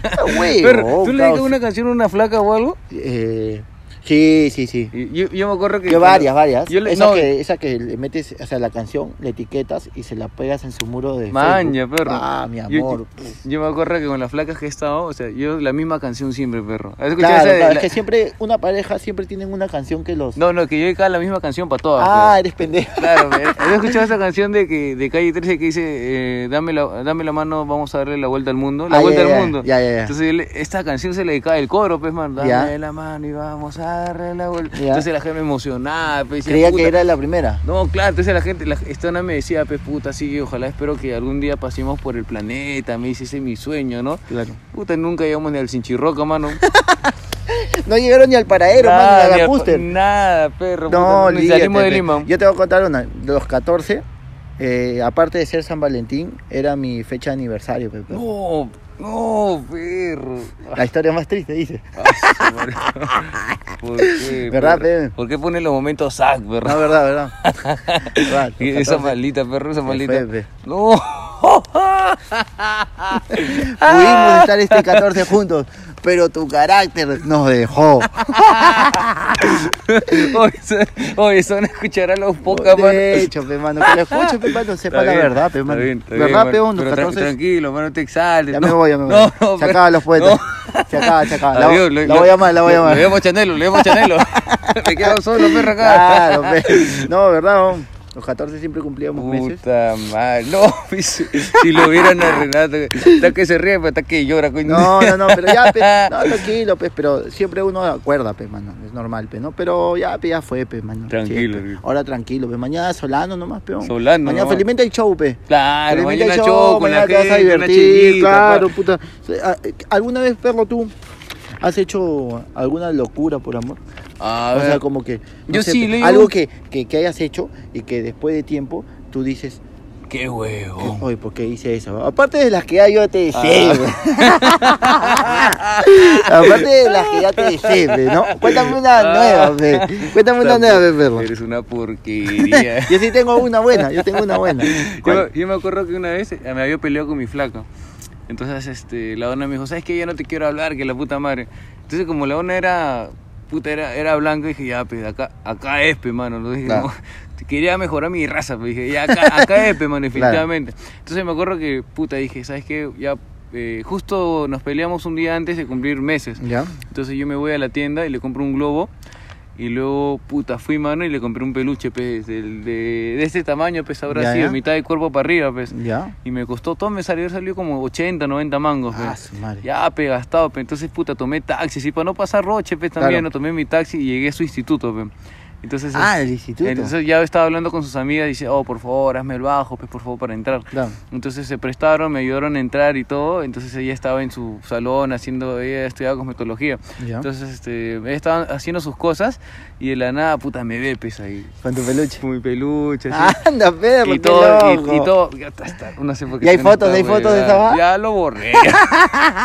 [SPEAKER 1] Pero,
[SPEAKER 2] Huevón,
[SPEAKER 1] ¿Tú le dedicas
[SPEAKER 2] caos.
[SPEAKER 1] una canción a una flaca o algo?
[SPEAKER 2] Eh, sí, sí, sí.
[SPEAKER 1] Y- Yo, yo me acuerdo que.
[SPEAKER 2] Que varias, varias.
[SPEAKER 1] Yo le-
[SPEAKER 2] esa,
[SPEAKER 1] no.
[SPEAKER 2] que, esa que le metes, o sea, la canción, la etiquetas y se la pegas en su muro de
[SPEAKER 1] Maña,
[SPEAKER 2] Facebook.
[SPEAKER 1] perro.
[SPEAKER 2] Ah, mi
[SPEAKER 1] Yo-
[SPEAKER 2] amor.
[SPEAKER 1] Yo, yo me acuerdo que con las flacas que he estado, o sea, yo la misma canción siempre, perro. ¿Has escuchado
[SPEAKER 2] Claro,
[SPEAKER 1] esa de
[SPEAKER 2] claro, es
[SPEAKER 1] la-
[SPEAKER 2] que siempre, una pareja siempre tienen una canción que los...
[SPEAKER 1] No, no, que yo dedicaba la misma canción para todas.
[SPEAKER 2] ah,
[SPEAKER 1] pero-
[SPEAKER 2] eres pendejo.
[SPEAKER 1] Claro, pero- ¿has escuchado esa canción de que de Calle 13 que dice eh, dame, la, dame la mano, vamos a darle la vuelta al mundo? La
[SPEAKER 2] Ah,
[SPEAKER 1] vuelta
[SPEAKER 2] ya, ya,
[SPEAKER 1] al mundo.
[SPEAKER 2] ya, ya, ya.
[SPEAKER 1] Entonces él- esta canción se le dedicaba el coro, pues, man. Dame
[SPEAKER 2] Ya.
[SPEAKER 1] la mano y vamos a darle la vuelta.
[SPEAKER 2] Ya.
[SPEAKER 1] Entonces la gente emocionada, pues, decía,
[SPEAKER 2] Creía
[SPEAKER 1] "Puta".
[SPEAKER 2] que era la primera.
[SPEAKER 1] No, claro, entonces la gente, la, esta una me decía, pues puta, sí, ojalá espero que algún día pasemos por el planeta, me dice, ese es mi sueño, ¿no?
[SPEAKER 2] Claro.
[SPEAKER 1] Puta, nunca llegamos ni al Sinchirroca, mano.
[SPEAKER 2] No llegaron ni al paradero,
[SPEAKER 1] Nada,
[SPEAKER 2] mano, ni a
[SPEAKER 1] ni
[SPEAKER 2] la
[SPEAKER 1] a-
[SPEAKER 2] Custer.
[SPEAKER 1] Nada, perro.
[SPEAKER 2] No,
[SPEAKER 1] puta, ni salimos de
[SPEAKER 2] lídate,
[SPEAKER 1] Lima.
[SPEAKER 2] Yo te voy a contar una. De los 14, eh, aparte de ser San Valentín, era mi fecha de aniversario. pe, pe.
[SPEAKER 1] No, No, perro.
[SPEAKER 2] La historia más triste, dice.
[SPEAKER 1] Ah, su madre. ¿Por qué?
[SPEAKER 2] ¿Verdad,
[SPEAKER 1] perro?
[SPEAKER 2] pe?
[SPEAKER 1] ¿Por qué ponen los momentos sac, perro?
[SPEAKER 2] No, verdad, verdad. Verdad,
[SPEAKER 1] Y
[SPEAKER 2] los
[SPEAKER 1] esa
[SPEAKER 2] 14.
[SPEAKER 1] maldita, perro, esa maldita.
[SPEAKER 2] fue, pe.
[SPEAKER 1] No.
[SPEAKER 2] Pudimos
[SPEAKER 1] Ah.
[SPEAKER 2] estar este 14 juntos, pero tu carácter nos dejó.
[SPEAKER 1] Hoy, se- hoy se van a escuchar a los pocas,
[SPEAKER 2] de
[SPEAKER 1] mano.
[SPEAKER 2] hecho, pe, mano, que lo escuche, pe, mano, sepa
[SPEAKER 1] Está
[SPEAKER 2] la
[SPEAKER 1] bien,
[SPEAKER 2] verdad, pe,
[SPEAKER 1] está
[SPEAKER 2] mano.
[SPEAKER 1] bien, está bien,
[SPEAKER 2] ¿Verdad,
[SPEAKER 1] mano.
[SPEAKER 2] pe, uno?
[SPEAKER 1] Pero tra-
[SPEAKER 2] 14.
[SPEAKER 1] tranquilo, mano, no te exaltes.
[SPEAKER 2] Ya
[SPEAKER 1] No,
[SPEAKER 2] me voy, ya me voy.
[SPEAKER 1] no, no,
[SPEAKER 2] se
[SPEAKER 1] pero-
[SPEAKER 2] acaban los poetas. Se acaba, se acaba. La,
[SPEAKER 1] Adiós,
[SPEAKER 2] la
[SPEAKER 1] le-
[SPEAKER 2] voy a llamar, la voy a
[SPEAKER 1] le-
[SPEAKER 2] llamar.
[SPEAKER 1] Le vemos Chanelo, le vemos Chanelo. Me quedo solo, perro, acá.
[SPEAKER 2] Claro, pe. No, ¿verdad? hom? Los 14 siempre cumplíamos meses.
[SPEAKER 1] Puta madre. No, pues, si lo vieran a Renato, está que se ríe, pero está que llora, coño.
[SPEAKER 2] No, no, no, pero ya, pe, no, tranquilo, pe, pero siempre uno acuerda, pe, mano, es normal, pe, ¿no? Pero ya, pe, ya fue, pe, mano.
[SPEAKER 1] Tranquilo,
[SPEAKER 2] Sí, pe.
[SPEAKER 1] pe.
[SPEAKER 2] Ahora tranquilo, pe, mañana Solano nomás, pe.
[SPEAKER 1] Solano
[SPEAKER 2] Mañana
[SPEAKER 1] nomás.
[SPEAKER 2] felizmente hay show, pe.
[SPEAKER 1] Claro,
[SPEAKER 2] Felizmente
[SPEAKER 1] mañana
[SPEAKER 2] hay
[SPEAKER 1] show con
[SPEAKER 2] mañana
[SPEAKER 1] la
[SPEAKER 2] te vas a
[SPEAKER 1] gente, una
[SPEAKER 2] divertir,
[SPEAKER 1] chelita,
[SPEAKER 2] claro,
[SPEAKER 1] pa.
[SPEAKER 2] puta. Ah, ¿Alguna vez, perro, tú has hecho alguna locura por amor?
[SPEAKER 1] A
[SPEAKER 2] o
[SPEAKER 1] ver.
[SPEAKER 2] sea, como que, no
[SPEAKER 1] Yo
[SPEAKER 2] sé,
[SPEAKER 1] sí
[SPEAKER 2] pe,
[SPEAKER 1] le digo-
[SPEAKER 2] algo que, que, que hayas hecho y que después de tiempo tú dices,
[SPEAKER 1] Qué huevo.
[SPEAKER 2] Oye, ¿por qué hice eso? Aparte de las que ya yo te
[SPEAKER 1] Ah.
[SPEAKER 2] dejé, güey. Aparte de las que ya te dejé, güey, ¿no? Cuéntame
[SPEAKER 1] Ah.
[SPEAKER 2] una nueva, güey. Cuéntame una nueva, güey, perro.
[SPEAKER 1] Eres una porquería.
[SPEAKER 2] Yo sí tengo una buena, yo tengo una buena.
[SPEAKER 1] Yo,
[SPEAKER 2] ¿Cuál?
[SPEAKER 1] yo me acuerdo que una vez eh, me había peleado con mi flaca. Entonces este, la dona me dijo, ¿sabes qué? Ya no te quiero hablar, que la puta madre. Entonces como la dona era, puta, era, era blanca, dije, ya, pues, acá, acá es, pe, mano. ¿no? Dije,
[SPEAKER 2] Claro.
[SPEAKER 1] no, quería mejorar mi raza, pues, dije, ya, acá, acá es, pe, mano, definitivamente. Entonces me acuerdo que, puta, dije, ¿sabes qué? Ya, eh, justo nos peleamos un día antes de cumplir meses.
[SPEAKER 2] ¿Ya?
[SPEAKER 1] Entonces yo me voy a la tienda y le compro un globo. Y luego, puta, fui mano y le compré un peluche, pues, del- de, de este tamaño, pues, habrá
[SPEAKER 2] Ya,
[SPEAKER 1] sido,
[SPEAKER 2] ya.
[SPEAKER 1] mitad de cuerpo para arriba, pues.
[SPEAKER 2] ¿Ya?
[SPEAKER 1] Y me costó, todo me salió, salió como 80, 90 mangos,
[SPEAKER 2] Ah,
[SPEAKER 1] pues.
[SPEAKER 2] su madre.
[SPEAKER 1] Ya, pe, gastado, pe. Entonces, puta, tomé taxi, y para no pasar roche, pues, también,
[SPEAKER 2] Claro.
[SPEAKER 1] no tomé mi taxi y llegué a su instituto, pues. Entonces,
[SPEAKER 2] Ah,
[SPEAKER 1] es-
[SPEAKER 2] el instituto.
[SPEAKER 1] entonces ya estaba hablando con sus amigas y dice, oh, por favor, hazme el bajo, pues, por favor, para entrar.
[SPEAKER 2] Claro.
[SPEAKER 1] Entonces se prestaron, me ayudaron a entrar y todo. Entonces ella estaba en su salón haciendo, ella estudiaba cosmetología.
[SPEAKER 2] Ya.
[SPEAKER 1] Entonces este, ella estaba haciendo sus cosas y de la nada, puta, me ve pues ahí.
[SPEAKER 2] Con tu peluche.
[SPEAKER 1] Muy peluche, así.
[SPEAKER 2] Anda, perro,
[SPEAKER 1] y
[SPEAKER 2] qué
[SPEAKER 1] todo, y,
[SPEAKER 2] loco.
[SPEAKER 1] y todo, ya está, está, no sé por qué.
[SPEAKER 2] Ah, pues, ¿Y hay
[SPEAKER 1] tiene
[SPEAKER 2] fotos?
[SPEAKER 1] esta
[SPEAKER 2] ¿Hay fotos de esa
[SPEAKER 1] huevada.
[SPEAKER 2] va?
[SPEAKER 1] Ya lo borré.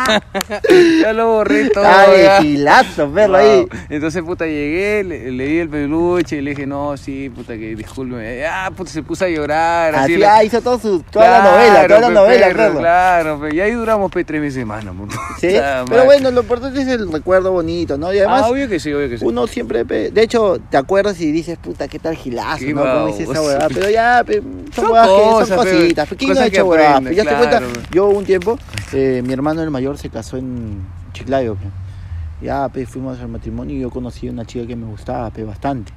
[SPEAKER 1] ya lo borré todo.
[SPEAKER 2] Ah,
[SPEAKER 1] ya.
[SPEAKER 2] de gilazo, perro, ahí.
[SPEAKER 1] Wow. Entonces, puta, llegué, le, le di el peluche y le dije, no, sí, puta, que disculpe. Ah, puta, se puso a llorar.
[SPEAKER 2] Así,
[SPEAKER 1] la-
[SPEAKER 2] ah, hizo todo su, toda la
[SPEAKER 1] Claro,
[SPEAKER 2] novela, toda la
[SPEAKER 1] pe,
[SPEAKER 2] novela,
[SPEAKER 1] perro,
[SPEAKER 2] perro.
[SPEAKER 1] Claro, pe, y ahí duramos pe, tres meses más, ¿no?
[SPEAKER 2] Sí,
[SPEAKER 1] Puta
[SPEAKER 2] pero
[SPEAKER 1] madre.
[SPEAKER 2] bueno, lo importante es el recuerdo bonito, ¿no? Y además,
[SPEAKER 1] Ah, obvio que sí, obvio que sí.
[SPEAKER 2] uno siempre, pe- de hecho, te acuerdas y dices, puta, qué tal gilazo,
[SPEAKER 1] Qué
[SPEAKER 2] ¿no? Como dice esa
[SPEAKER 1] baboso.
[SPEAKER 2] huevada, pero ya, pe, son
[SPEAKER 1] Son
[SPEAKER 2] huevadas que son
[SPEAKER 1] cosas, pe,
[SPEAKER 2] cositas, pe, ¿quién no ha
[SPEAKER 1] cosas que
[SPEAKER 2] hecho huevadas?
[SPEAKER 1] aprendes,
[SPEAKER 2] Pe, Ya te cuenta,
[SPEAKER 1] claro, pe.
[SPEAKER 2] yo un tiempo, eh, mi hermano el mayor se casó en Chiclayo, pe. ya, pe, fuimos al matrimonio y yo conocí a una chica que me gustaba, pe, bastante.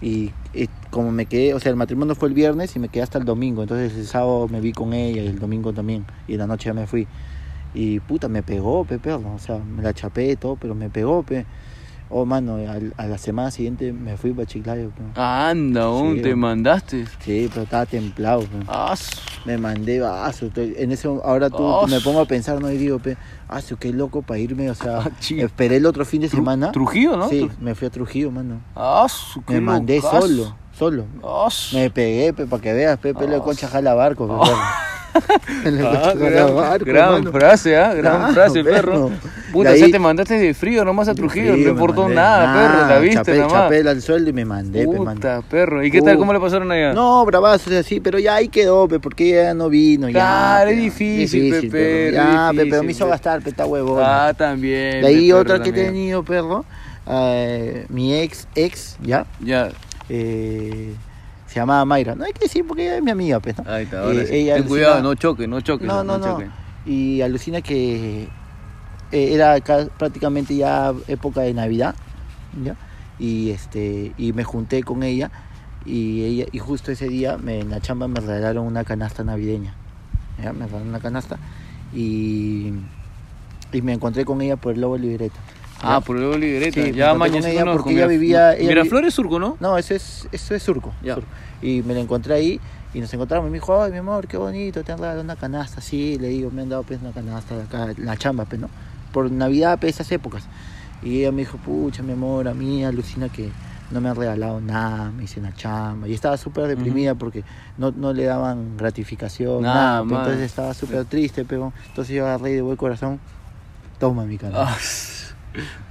[SPEAKER 2] Y eh, como me quedé, o sea, el matrimonio fue el viernes y me quedé hasta el domingo. Entonces el sábado me vi con ella y el domingo también. Y en la noche ya me fui. Y puta, me pegó, pe, perro. O sea, me la chapé y todo, pero me pegó, pe. Oh, mano, al- a, la semana siguiente me fui para Chiclayo, pe.
[SPEAKER 1] Anda, ¿dónde
[SPEAKER 2] Sí,
[SPEAKER 1] te
[SPEAKER 2] bueno.
[SPEAKER 1] mandaste?
[SPEAKER 2] Sí, pero estaba templado, pe.
[SPEAKER 1] Ah, su-
[SPEAKER 2] Me mandé vaso. estoy- En ese, ahora tú
[SPEAKER 1] Oh,
[SPEAKER 2] me pongo a pensar, ¿no? Y digo, pe, ah, su, qué loco para irme. O sea,
[SPEAKER 1] Ah, chido.
[SPEAKER 2] esperé el otro fin de
[SPEAKER 1] Tru-
[SPEAKER 2] semana.
[SPEAKER 1] Trujillo, ¿no?
[SPEAKER 2] Sí,
[SPEAKER 1] Tru-
[SPEAKER 2] me fui a Trujillo, mano.
[SPEAKER 1] Ah, su, qué
[SPEAKER 2] Me mandé
[SPEAKER 1] locazo.
[SPEAKER 2] solo, solo.
[SPEAKER 1] Ah, su-
[SPEAKER 2] Me pegué, pe, para que veas, pe, peleo
[SPEAKER 1] Ah,
[SPEAKER 2] concha jala barco, pe, perro. Le
[SPEAKER 1] Ah,
[SPEAKER 2] concha jala
[SPEAKER 1] gran
[SPEAKER 2] barco,
[SPEAKER 1] gran
[SPEAKER 2] mano.
[SPEAKER 1] frase, ¿ah? Gran
[SPEAKER 2] Claro,
[SPEAKER 1] frase, el perro.
[SPEAKER 2] perro.
[SPEAKER 1] Puta,
[SPEAKER 2] De
[SPEAKER 1] o sea,
[SPEAKER 2] ahí-
[SPEAKER 1] te mandaste de frío nomás a Trujillo,
[SPEAKER 2] Sí, me
[SPEAKER 1] no importó
[SPEAKER 2] mandé.
[SPEAKER 1] nada, perro, la viste
[SPEAKER 2] chapé,
[SPEAKER 1] nomás.
[SPEAKER 2] chapé al sueldo y me mandé, pe, mano.
[SPEAKER 1] Puta, perro. ¿Y qué tal?
[SPEAKER 2] Uh.
[SPEAKER 1] ¿Cómo le pasaron allá?
[SPEAKER 2] No, bravazo, o sea, sí, pero ya ahí quedó, pe, porque ya no vino, ya.
[SPEAKER 1] Claro,
[SPEAKER 2] pe,
[SPEAKER 1] es
[SPEAKER 2] ya.
[SPEAKER 1] difícil, pe,
[SPEAKER 2] perro.
[SPEAKER 1] perro,
[SPEAKER 2] Ya, pe, pero
[SPEAKER 1] difícil,
[SPEAKER 2] me hizo
[SPEAKER 1] pe.
[SPEAKER 2] gastar, pe, está huevón.
[SPEAKER 1] Ah, también.
[SPEAKER 2] De ahí
[SPEAKER 1] perro,
[SPEAKER 2] otra que he
[SPEAKER 1] también.
[SPEAKER 2] tenido, perro, eh, mi ex, ex, ya,
[SPEAKER 1] Ya,
[SPEAKER 2] eh, se llamaba Mayra. No hay que decir porque ella es mi amiga, pues, ¿no?
[SPEAKER 1] ahí está.
[SPEAKER 2] Eh,
[SPEAKER 1] Ahora sí.
[SPEAKER 2] ella
[SPEAKER 1] Ten
[SPEAKER 2] alucina-
[SPEAKER 1] cuidado, no choque, no choque.
[SPEAKER 2] No, no, no.
[SPEAKER 1] choque.
[SPEAKER 2] Y alucina que eh, era ca- prácticamente ya época de Navidad, ¿ya? Y, este, y me junté con ella y, ella, y justo ese día me, en la chamba me regalaron una canasta navideña, ¿ya? Me regalaron una canasta y, y me encontré con ella por el Lobo Libreta.
[SPEAKER 1] Ah, por luego Libereta.
[SPEAKER 2] Sí, me
[SPEAKER 1] ya
[SPEAKER 2] encontré
[SPEAKER 1] mañana
[SPEAKER 2] con ella porque ella vivía- ella
[SPEAKER 1] Miraflores Surco, ¿no?
[SPEAKER 2] No, eso es, eso es surco,
[SPEAKER 1] Ya.
[SPEAKER 2] Surco. Y me la encontré ahí y nos encontramos. Y me dijo, ay, mi amor, qué bonito, te han regalado una canasta. Sí, le digo, me han dado pues, una canasta de acá, la chamba, pues, ¿no? Por Navidad, pues, esas épocas. Y ella me dijo, pucha, mi amor, a mí alucina que no me han regalado nada, me hice una chamba. Y estaba súper deprimida porque no, no le daban gratificación,
[SPEAKER 1] Nah,
[SPEAKER 2] nada. pe,
[SPEAKER 1] man.
[SPEAKER 2] entonces estaba súper triste, pero entonces yo agarré y de buen corazón, toma mi canal.
[SPEAKER 1] Ah,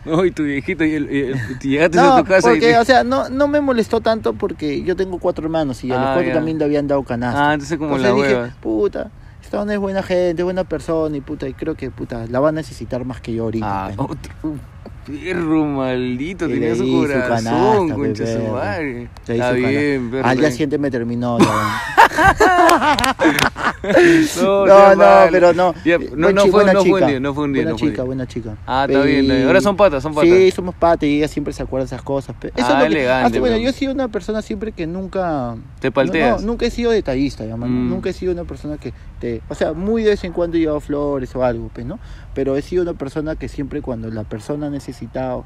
[SPEAKER 1] No, y tu viejito, y el- y el- y llegaste
[SPEAKER 2] No,
[SPEAKER 1] a tu casa y
[SPEAKER 2] porque,
[SPEAKER 1] te-
[SPEAKER 2] o sea, no, no me molestó tanto porque yo tengo cuatro hermanos y a los
[SPEAKER 1] Ah,
[SPEAKER 2] cuatro
[SPEAKER 1] ya.
[SPEAKER 2] también le habían dado canasta.
[SPEAKER 1] Ah, entonces como
[SPEAKER 2] Entonces
[SPEAKER 1] la
[SPEAKER 2] dije,
[SPEAKER 1] hueva.
[SPEAKER 2] puta, esta onda es buena gente, es buena persona y puta, y creo que puta, la va a necesitar más que yo ahorita. pues,
[SPEAKER 1] Ah,
[SPEAKER 2] pe.
[SPEAKER 1] oh, t- un perro maldito,
[SPEAKER 2] Y
[SPEAKER 1] tenía
[SPEAKER 2] le
[SPEAKER 1] su
[SPEAKER 2] di su
[SPEAKER 1] corazón,
[SPEAKER 2] canasta,
[SPEAKER 1] concha
[SPEAKER 2] pe,
[SPEAKER 1] su
[SPEAKER 2] perro.
[SPEAKER 1] madre.
[SPEAKER 2] Le di
[SPEAKER 1] Está
[SPEAKER 2] su canasta.
[SPEAKER 1] bien, perro. eh.
[SPEAKER 2] Al
[SPEAKER 1] está
[SPEAKER 2] día
[SPEAKER 1] bien.
[SPEAKER 2] siguiente me terminó. ya.
[SPEAKER 1] No,
[SPEAKER 2] no,
[SPEAKER 1] sea
[SPEAKER 2] no,
[SPEAKER 1] malo.
[SPEAKER 2] pero no. Eh,
[SPEAKER 1] Ya,
[SPEAKER 2] Buen
[SPEAKER 1] no, no
[SPEAKER 2] chi-
[SPEAKER 1] fue,
[SPEAKER 2] buena
[SPEAKER 1] no fue un
[SPEAKER 2] chica.
[SPEAKER 1] día, no fue un día.
[SPEAKER 2] Buena
[SPEAKER 1] no fue un
[SPEAKER 2] chica,
[SPEAKER 1] día.
[SPEAKER 2] buena chica.
[SPEAKER 1] Ah, está bien, está bien. Ahora son patas, son patas.
[SPEAKER 2] Sí, somos patas y ella siempre se acuerda de esas cosas. pe. Eso
[SPEAKER 1] Ah,
[SPEAKER 2] es lo que-
[SPEAKER 1] elegante,
[SPEAKER 2] hasta, bueno,
[SPEAKER 1] pero-
[SPEAKER 2] yo he sido una persona siempre que nunca...
[SPEAKER 1] Te palteas.
[SPEAKER 2] No, no, nunca he sido detallista, ya, mano.
[SPEAKER 1] Mm.
[SPEAKER 2] Nunca he sido una persona que te... O sea, muy de vez en cuando he llevado flores o algo, pues, ¿no? Pero he sido una persona que siempre cuando la persona ha necesitado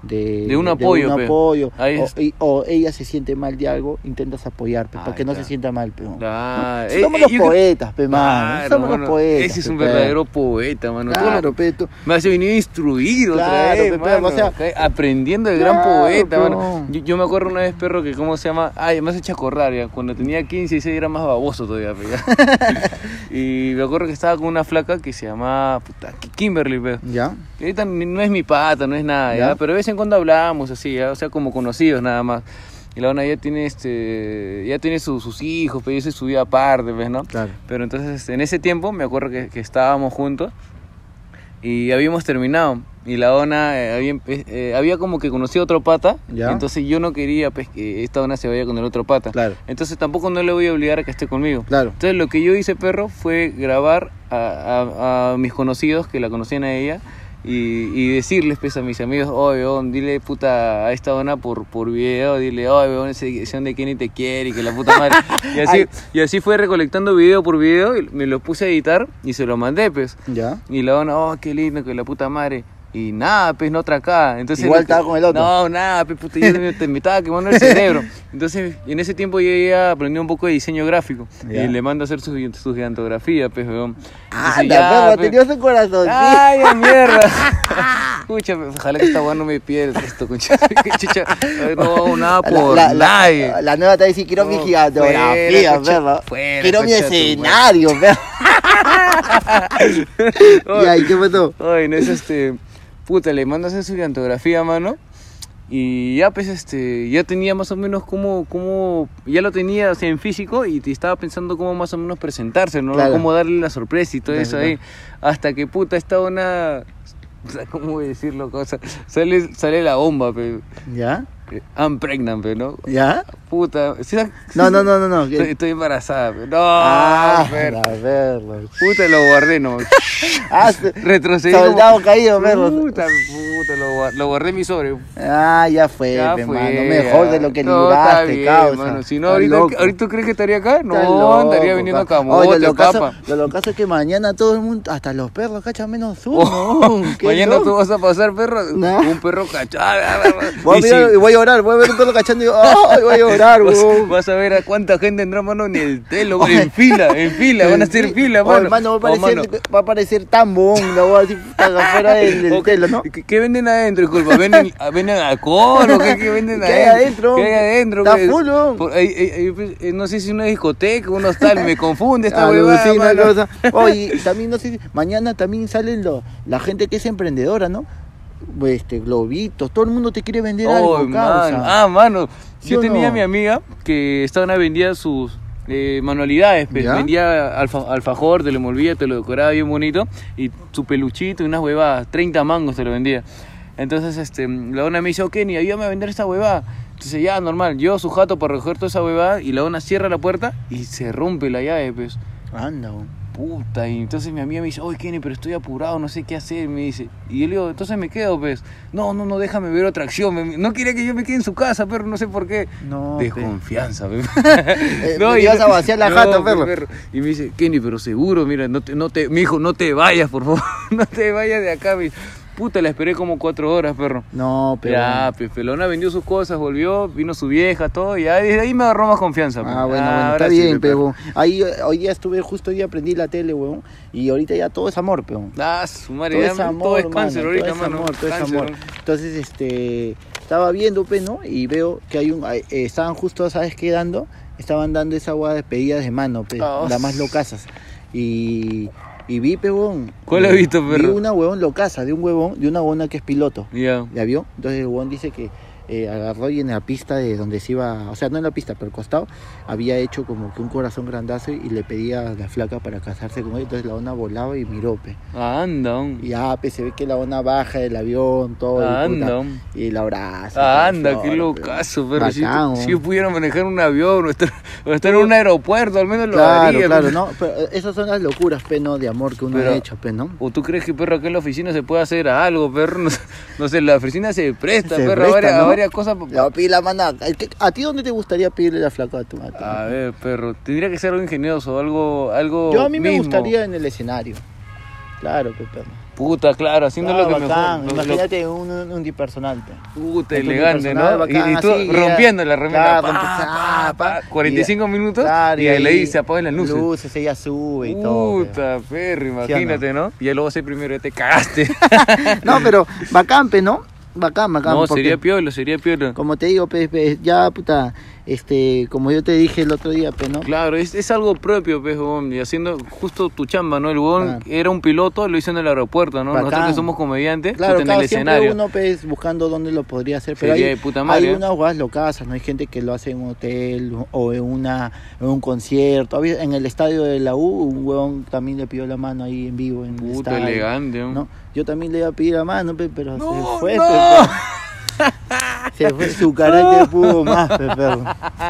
[SPEAKER 2] de,
[SPEAKER 1] De un apoyo,
[SPEAKER 2] un
[SPEAKER 1] pe.
[SPEAKER 2] apoyo
[SPEAKER 1] Ahí es-
[SPEAKER 2] o, y- o ella se siente mal de algo, intentas apoyar, pe, para
[SPEAKER 1] Ahí
[SPEAKER 2] que no
[SPEAKER 1] está.
[SPEAKER 2] se sienta mal, pero...
[SPEAKER 1] Ah, eh,
[SPEAKER 2] Somos
[SPEAKER 1] eh,
[SPEAKER 2] los
[SPEAKER 1] yo creo-
[SPEAKER 2] poetas, pe, mano.
[SPEAKER 1] Claro,
[SPEAKER 2] Somos
[SPEAKER 1] mano,
[SPEAKER 2] los poetas.
[SPEAKER 1] Ese es
[SPEAKER 2] pe,
[SPEAKER 1] un
[SPEAKER 2] perro.
[SPEAKER 1] verdadero pues, poeta, mano. Tú
[SPEAKER 2] Claro, pe, tú-
[SPEAKER 1] Me has venido instruido otra
[SPEAKER 2] Claro,
[SPEAKER 1] vez,
[SPEAKER 2] pe, perro,
[SPEAKER 1] mano.
[SPEAKER 2] o sea,
[SPEAKER 1] Acá aprendiendo del gran
[SPEAKER 2] claro,
[SPEAKER 1] poeta,
[SPEAKER 2] pe,
[SPEAKER 1] mano.
[SPEAKER 2] no.
[SPEAKER 1] Yo, yo me acuerdo una vez, perro, que cómo se llama. Ay, me has hecho acordar ya. Cuando tenía 15 y 6 era más baboso todavía, pe, ya. y me acuerdo que estaba con una flaca que se llamaba puta, Kimberly, pe.
[SPEAKER 2] ¿Ya?
[SPEAKER 1] Y ahorita ni- no es mi pata, no es nada, ¿ya?
[SPEAKER 2] ¿Ya?
[SPEAKER 1] Pero de vez en cuando hablábamos así, ¿ya? O sea, como conocidos nada más. Y la una ya tiene, este, ya tiene su- sus hijos, pero yo soy su vida aparte, pues, ¿no?
[SPEAKER 2] Claro.
[SPEAKER 1] Pero entonces, en ese tiempo, me acuerdo que, que estábamos juntos y habíamos terminado. Y la Ona eh, había, empe- eh, había como que conocido a otro pata.
[SPEAKER 2] Ya.
[SPEAKER 1] Entonces, yo no quería pues, que esta Ona se vaya con el otro pata.
[SPEAKER 2] Claro.
[SPEAKER 1] Entonces, tampoco no le voy a obligar a que esté conmigo.
[SPEAKER 2] Claro.
[SPEAKER 1] Entonces lo que yo hice, perro, fue grabar a, a- a mis conocidos que la conocían a ella y, y decirles, pues, a mis amigos, oye, weón, dile puta a esta dona por, por video, dile, oye, weón, ese son de Kenny te quiere y que la puta madre. Y así,
[SPEAKER 2] Ay.
[SPEAKER 1] y así fue recolectando video por video y me lo puse a editar y se lo mandé, pues.
[SPEAKER 2] ¿Ya?
[SPEAKER 1] Y la dona, oh, qué lindo, que la puta madre. Y nada, pues no acá. Entonces,
[SPEAKER 2] Igual
[SPEAKER 1] lo que-
[SPEAKER 2] estaba con el otro.
[SPEAKER 1] No, nada, pues puta, yo me- te invitaba a quemarme el cerebro. Entonces, en ese tiempo yo ya aprendí un poco de diseño gigráfico.
[SPEAKER 2] Ya.
[SPEAKER 1] Y le mando a hacer sus, sus gigantografías, pues, weón. Entonces, ya,
[SPEAKER 2] Anda, perro,
[SPEAKER 1] pues.
[SPEAKER 2] tenía su corazón.
[SPEAKER 1] ¡Ay, a mierda! Escucha, pues, ojalá que esta weá no me pierda esto, concha. Que chucha, ay, no hago nada Ah, por
[SPEAKER 2] la,
[SPEAKER 1] nadie.
[SPEAKER 2] la, la nueva te dice, quiero mi
[SPEAKER 1] No, fuera,
[SPEAKER 2] gigantografía,
[SPEAKER 1] concha-
[SPEAKER 2] perro.
[SPEAKER 1] fuera,
[SPEAKER 2] Quiero mi
[SPEAKER 1] concha de tu madre.
[SPEAKER 2] escenario, perro. y ahí, ¿qué pasó?
[SPEAKER 1] Ay, no es este. Puta, le mando a hacer su gigantografía, mano. Y ya, pues, este. Ya tenía más o menos cómo. cómo ya lo tenía, o sea, en físico. Y te estaba pensando cómo más o menos presentarse, ¿no?
[SPEAKER 2] Claro.
[SPEAKER 1] Cómo darle la sorpresa y todo
[SPEAKER 2] Claro,
[SPEAKER 1] eso ahí. Hasta que, puta, esta una. o sea, ¿Cómo voy a decirlo? Cosa? Sale, sale la bomba, pero.
[SPEAKER 2] ¿Ya?
[SPEAKER 1] I'm pregnant, pe, ¿no?
[SPEAKER 2] ¿Ya?
[SPEAKER 1] Puta. ¿sí sa-
[SPEAKER 2] No, no, no, no. no.
[SPEAKER 1] Estoy, estoy embarazada, pe. No,
[SPEAKER 2] Ah,
[SPEAKER 1] per-
[SPEAKER 2] la perro.
[SPEAKER 1] Puta, lo guardé, no.
[SPEAKER 2] Ah, se-
[SPEAKER 1] Retrocedí. como-
[SPEAKER 2] soldado caído, perro.
[SPEAKER 1] Puta, puta, lo, guar- lo guardé en mi sobre.
[SPEAKER 2] Ah, ya fue,
[SPEAKER 1] Ya
[SPEAKER 2] pe,
[SPEAKER 1] fue,
[SPEAKER 2] mano. Mejor de lo que
[SPEAKER 1] No, está
[SPEAKER 2] libraste,
[SPEAKER 1] bien,
[SPEAKER 2] causa.
[SPEAKER 1] mano. Si no,
[SPEAKER 2] Estás
[SPEAKER 1] ahorita,
[SPEAKER 2] loco.
[SPEAKER 1] ahorita tú crees que estaría acá, no,
[SPEAKER 2] Está loco,
[SPEAKER 1] estaría viniendo a
[SPEAKER 2] pa.
[SPEAKER 1] Camote,
[SPEAKER 2] Oye, lo locazo-
[SPEAKER 1] papa.
[SPEAKER 2] Lo loco es que mañana todo el mundo, hasta los perros cachan menos uno.
[SPEAKER 1] Oh.
[SPEAKER 2] qué
[SPEAKER 1] Mañana tú
[SPEAKER 2] loco.
[SPEAKER 1] vas a pasar, perro,
[SPEAKER 2] No.
[SPEAKER 1] un perro cachado. ah,
[SPEAKER 2] Voy a, mirar- y voy a llorar, voy a ver un perro cachando y digo, ¡ay, voy a llorar,
[SPEAKER 1] Vas,
[SPEAKER 2] huevón!
[SPEAKER 1] vas a ver a cuánta gente entra, mano, en el telo, en fila, en fila, van a ser
[SPEAKER 2] Sí.
[SPEAKER 1] fila,
[SPEAKER 2] Oye,
[SPEAKER 1] mano.
[SPEAKER 2] hermano, va a
[SPEAKER 1] Oh,
[SPEAKER 2] parecer,
[SPEAKER 1] mano,
[SPEAKER 2] va a parecer tan bon, la voy a decir, afuera del, del
[SPEAKER 1] Ok,
[SPEAKER 2] telo, ¿no?
[SPEAKER 1] ¿Qué, qué venden adentro? Disculpa, ¿venden, ah, venden alcohol o qué, qué venden
[SPEAKER 2] ¿Qué
[SPEAKER 1] adentro?
[SPEAKER 2] hay adentro?
[SPEAKER 1] ¿Qué hay adentro?
[SPEAKER 2] Está
[SPEAKER 1] pues?
[SPEAKER 2] full, ¿no?
[SPEAKER 1] Por- ahí- ahí- ahí, pues, eh, no sé si una discoteca, un hostal, me confunde
[SPEAKER 2] Ah,
[SPEAKER 1] esta huevada.
[SPEAKER 2] Alucina,
[SPEAKER 1] mano.
[SPEAKER 2] cosa. Oye, y también, no sé, si- mañana también salen lo- la gente que es emprendedora, ¿no? Este, globitos, todo el mundo te quiere vender
[SPEAKER 1] Oh,
[SPEAKER 2] algo, causa.
[SPEAKER 1] mano. Ah, mano.
[SPEAKER 2] ¿Sí
[SPEAKER 1] Yo
[SPEAKER 2] o
[SPEAKER 1] tenía
[SPEAKER 2] no?
[SPEAKER 1] a mi amiga que esta una vendía sus eh, manualidades. pues.
[SPEAKER 2] ¿Ya?
[SPEAKER 1] Vendía alfa- alfajor, te lo envolvía, te lo decoraba bien bonito. Y su peluchito y unas huevadas. 30 mangos te lo vendía. Entonces, este, la una me dice, Kenny, ayúdame a vender esta huevada. Entonces, ya, normal. Yo su jato para recoger toda esa huevada. Y la una cierra la puerta y se rompe la llave, pues.
[SPEAKER 2] Anda, huevón.
[SPEAKER 1] Puta, y entonces mi amiga me dice, oye Kenny, pero estoy apurado, no sé qué hacer, me dice. Y yo le digo, entonces me quedo, pues. No, no, no, déjame ver otra acción. me- No quería que yo me quede en su casa, perro, no sé por qué.
[SPEAKER 2] No, pe. Eh,
[SPEAKER 1] Desconfianza, pe.
[SPEAKER 2] me ibas a vaciar la jata,
[SPEAKER 1] pe,
[SPEAKER 2] perro.
[SPEAKER 1] Y me dice, Kenny, pero seguro, mira, no te, no te, mi hijo, no te vayas, por favor. No te vayas de acá, me dice. Puta, la esperé como cuatro horas, perro.
[SPEAKER 2] No, pero.
[SPEAKER 1] Ya, pues, Pelona vendió sus cosas, volvió, vino su vieja, todo, y ahí, ahí me agarró más confianza. pe.
[SPEAKER 2] Ah, bueno, bueno,
[SPEAKER 1] ahora
[SPEAKER 2] está
[SPEAKER 1] sí,
[SPEAKER 2] bien,
[SPEAKER 1] pe, perro.
[SPEAKER 2] pero Ahí eh, hoy ya estuve, justo hoy aprendí la tele, weón. Y ahorita ya todo es amor, peón.
[SPEAKER 1] Ah, su madre,
[SPEAKER 2] Todo
[SPEAKER 1] ya,
[SPEAKER 2] es amor,
[SPEAKER 1] todo es cáncer
[SPEAKER 2] mano,
[SPEAKER 1] ahorita,
[SPEAKER 2] todo es
[SPEAKER 1] mano.
[SPEAKER 2] amor, todo es
[SPEAKER 1] cáncer,
[SPEAKER 2] amor.
[SPEAKER 1] ¿no?
[SPEAKER 2] Entonces, este, Estaba viendo, pe, ¿no? Y veo que hay un. hay- eh, estaban justo, ¿sabes qué? Dando. Estaban dando esa agua de pedidas de mano, pe.
[SPEAKER 1] Ah,
[SPEAKER 2] Las más locasas. Y. Y vi, pe, huevón.
[SPEAKER 1] ¿Cuál has visto, perro?
[SPEAKER 2] Vi una huevón locasa de un huevón, de una huevona que es piloto
[SPEAKER 1] Ya.
[SPEAKER 2] de avión. Entonces el huevón dice que eh, agarró y en la pista de donde se iba, o sea, no en la pista, pero al costado, había hecho como que un corazón grandazo y le pedía a la flaca para casarse con él. Entonces la ona volaba y miró, pues. pe.
[SPEAKER 1] Ah, Anda. un.
[SPEAKER 2] Y ah, pe, se ve que la ona baja del avión, todo.
[SPEAKER 1] Ah,
[SPEAKER 2] y, puta,
[SPEAKER 1] Anda. un.
[SPEAKER 2] y la abraza.
[SPEAKER 1] Ah,
[SPEAKER 2] la
[SPEAKER 1] Anda,
[SPEAKER 2] flor,
[SPEAKER 1] qué
[SPEAKER 2] pe.
[SPEAKER 1] locazo, perro. Si,
[SPEAKER 2] Bacán,
[SPEAKER 1] si yo
[SPEAKER 2] huevón.
[SPEAKER 1] pudiera manejar un avión o estar, o estar en un aeropuerto, al menos lo
[SPEAKER 2] Claro,
[SPEAKER 1] haría.
[SPEAKER 2] claro,
[SPEAKER 1] pe.
[SPEAKER 2] no, pero eh, esas son las locuras, pe, no, de amor que uno
[SPEAKER 1] Pero-
[SPEAKER 2] ha hecho, pe, ¿no?
[SPEAKER 1] ¿O tú crees que, perro, acá en la oficina se puede hacer algo, perro? No, sé- no sé, la oficina se presta,
[SPEAKER 2] Se
[SPEAKER 1] perro, a,
[SPEAKER 2] presta,
[SPEAKER 1] varias, a
[SPEAKER 2] ¿no?
[SPEAKER 1] varias cosas. pa-
[SPEAKER 2] La pila, maná. ¿Qué- ¿A ti dónde te gustaría pedirle la flaca a tu a tu-
[SPEAKER 1] A ver, perro, tendría que ser algo ingenioso, algo, algo
[SPEAKER 2] Yo a mí me
[SPEAKER 1] mismo.
[SPEAKER 2] gustaría en el escenario. Claro, pe, perro.
[SPEAKER 1] Puta, claro, haciendo
[SPEAKER 2] Claro,
[SPEAKER 1] lo que
[SPEAKER 2] bacán.
[SPEAKER 1] mejor. lo- lo-
[SPEAKER 2] Imagínate un, un, un personal.
[SPEAKER 1] Puta, elegante, ¿no? y, y tú rompiéndola,
[SPEAKER 2] rompiendo
[SPEAKER 1] la remera. pa, pa, pa, 45 minutos y, ahí le dice, apaguen las luces.
[SPEAKER 2] Luces, ella sube y todo. pe.
[SPEAKER 1] Puta, perro,
[SPEAKER 2] no?
[SPEAKER 1] imagínate, ¿no? Y ya luego ese primero ya te cagaste.
[SPEAKER 2] No, pero bacán, pe, ¿no? Bacán, bacán.
[SPEAKER 1] no,
[SPEAKER 2] porque,
[SPEAKER 1] sería piolo, sería piolo.
[SPEAKER 2] Como te digo, pe, pe, ya, puta, este, como yo te dije el otro día, pe, ¿no?
[SPEAKER 1] Claro, es, es algo propio, pues, huevón, y haciendo justo tu chamba, ¿no? El huevón
[SPEAKER 2] Claro.
[SPEAKER 1] era un piloto, lo hizo en el aeropuerto, ¿no? Nosotros
[SPEAKER 2] Ah. Bacán.
[SPEAKER 1] que somos comediantes,
[SPEAKER 2] Claro,
[SPEAKER 1] puta, en
[SPEAKER 2] claro,
[SPEAKER 1] el
[SPEAKER 2] siempre
[SPEAKER 1] escenario.
[SPEAKER 2] uno pues, buscando dónde lo podría hacer, pero hay,
[SPEAKER 1] Sería de puta madre,
[SPEAKER 2] hay
[SPEAKER 1] ¿eh?
[SPEAKER 2] unas huevas locasas, ¿no? Hay gente que lo hace en un hotel o en, una, en un concierto. Había- En el estadio de la U, un huevón también le pidió la mano ahí en vivo en el
[SPEAKER 1] Puta,
[SPEAKER 2] estadio,
[SPEAKER 1] elegante, ¿no?
[SPEAKER 2] ¿no? Yo también le iba a pedir la mano, pe, pero
[SPEAKER 1] No,
[SPEAKER 2] se fue,
[SPEAKER 1] no.
[SPEAKER 2] pe, perro. Se fue, su carácter pudo más, pe, perro.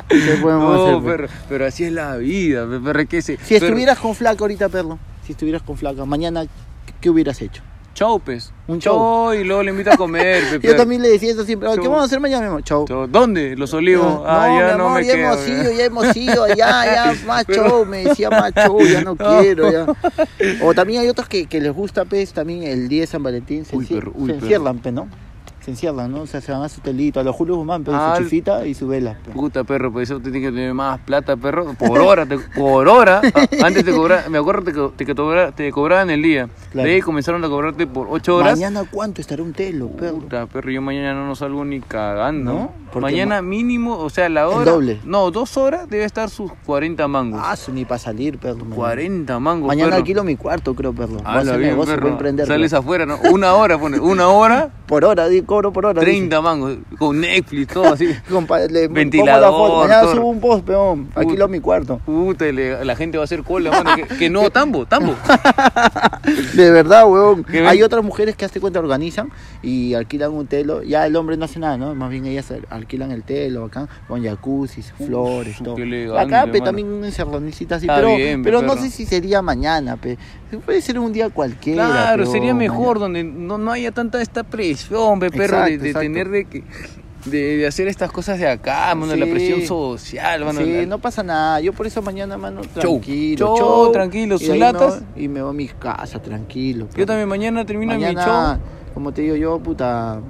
[SPEAKER 2] ¿Qué podemos
[SPEAKER 1] No,
[SPEAKER 2] hacer, pe?
[SPEAKER 1] perro, pero así es la vida, pe- perro, que se...
[SPEAKER 2] Si
[SPEAKER 1] perro,
[SPEAKER 2] estuvieras con flaca ahorita, perro, si estuvieras con flaca, mañana, ¿qué- ¿qué hubieras hecho?
[SPEAKER 1] Chau, pues.
[SPEAKER 2] Un
[SPEAKER 1] chau. y luego le invito a comer, pe-
[SPEAKER 2] Yo
[SPEAKER 1] perro.
[SPEAKER 2] también le decía eso siempre, "Oye, ¿qué
[SPEAKER 1] Chau.
[SPEAKER 2] vamos a hacer mañana, mi amor? Chau.
[SPEAKER 1] Chau. ¿Dónde? ¿Los olivos?
[SPEAKER 2] No,
[SPEAKER 1] ah,
[SPEAKER 2] no,
[SPEAKER 1] ya
[SPEAKER 2] mi
[SPEAKER 1] no
[SPEAKER 2] amor,
[SPEAKER 1] me
[SPEAKER 2] ya
[SPEAKER 1] quedo.
[SPEAKER 2] hemos ido,
[SPEAKER 1] pe.
[SPEAKER 2] ya hemos ido, ya, ya, macho, me decía macho, ya no quiero, ya. O también hay otros que, que les gusta, pues, también el día de San Valentín se,
[SPEAKER 1] Uy,
[SPEAKER 2] enci-
[SPEAKER 1] perro, uy,
[SPEAKER 2] se
[SPEAKER 1] perro.
[SPEAKER 2] encierran, pe, ¿no? Se encierran, ¿no? O sea, se van a su telito, a los Julio Guzmán, pero
[SPEAKER 1] Ah,
[SPEAKER 2] su chifita y su vela, pe.
[SPEAKER 1] Puta perro, pues eso tiene que tener más plata, perro. Por hora, te- por hora. Ah, Antes te cobraban, me acuerdo te, co- te, que cobra- te cobraban el día.
[SPEAKER 2] Claro.
[SPEAKER 1] De ahí comenzaron a cobrarte por 8 horas.
[SPEAKER 2] Mañana, ¿cuánto estará un telo, perro?
[SPEAKER 1] Puta perro, yo mañana no salgo ni cagando.
[SPEAKER 2] ¿No? Porque
[SPEAKER 1] Mañana mínimo, o sea, la
[SPEAKER 2] El
[SPEAKER 1] hora.
[SPEAKER 2] doble.
[SPEAKER 1] No, dos horas debe estar sus 40 mangos.
[SPEAKER 2] Ah, eso ni para salir, perro. mañana.
[SPEAKER 1] 40 mangos.
[SPEAKER 2] Mañana
[SPEAKER 1] perro.
[SPEAKER 2] alquilo mi cuarto, creo, perro. Voy a
[SPEAKER 1] Hala,
[SPEAKER 2] hacer
[SPEAKER 1] bien,
[SPEAKER 2] negocio, voy a
[SPEAKER 1] perro.
[SPEAKER 2] emprender,
[SPEAKER 1] Sales
[SPEAKER 2] perro.
[SPEAKER 1] afuera, ¿no? Una hora, pone. Una hora,
[SPEAKER 2] Por hora, di- cobro por hora. dice.
[SPEAKER 1] 30 mangos. Con Netflix, todo así.
[SPEAKER 2] Compadre, le pongo la
[SPEAKER 1] Ventilador,
[SPEAKER 2] foto. Mañana
[SPEAKER 1] todo.
[SPEAKER 2] subo un post, peón.
[SPEAKER 1] Puta.
[SPEAKER 2] Alquilo mi cuarto.
[SPEAKER 1] Puta, le- la gente va a hacer cola, mano. Que, que no, tambo, tambo.
[SPEAKER 2] De verdad, weón.
[SPEAKER 1] ¿Qué
[SPEAKER 2] Hay
[SPEAKER 1] ven?
[SPEAKER 2] otras mujeres que hace cuenta organizan y alquilan un telo. Ya el hombre no hace nada, ¿no? Más bien ellas al- alquilan el telo acá con jacuzzi, flores, todo.
[SPEAKER 1] qué elegante,
[SPEAKER 2] Acá pe,
[SPEAKER 1] mano.
[SPEAKER 2] también un encerronicita así,
[SPEAKER 1] Está
[SPEAKER 2] pero,
[SPEAKER 1] bien, pe,
[SPEAKER 2] pero no
[SPEAKER 1] perro.
[SPEAKER 2] sé si sería mañana, pe. Puede ser un día cualquiera.
[SPEAKER 1] Claro,
[SPEAKER 2] peón,
[SPEAKER 1] sería mejor
[SPEAKER 2] mañana.
[SPEAKER 1] donde no, no haya tanta esta presión, pe, perro, de,
[SPEAKER 2] Exacto,
[SPEAKER 1] de
[SPEAKER 2] exacto.
[SPEAKER 1] tener de que de, de hacer estas cosas de acá, mano, la
[SPEAKER 2] Sí.
[SPEAKER 1] presión social, mano.
[SPEAKER 2] sí,
[SPEAKER 1] la-
[SPEAKER 2] no pasa nada. Yo por eso mañana, mano,
[SPEAKER 1] Show.
[SPEAKER 2] tranquilo.
[SPEAKER 1] Show,
[SPEAKER 2] show.
[SPEAKER 1] tranquilo,
[SPEAKER 2] Y
[SPEAKER 1] sus
[SPEAKER 2] de ahí
[SPEAKER 1] latas.
[SPEAKER 2] no- y me voy a mi casa, tranquilo.
[SPEAKER 1] Yo
[SPEAKER 2] peón.
[SPEAKER 1] también mañana termino
[SPEAKER 2] mañana, como te digo yo, puta,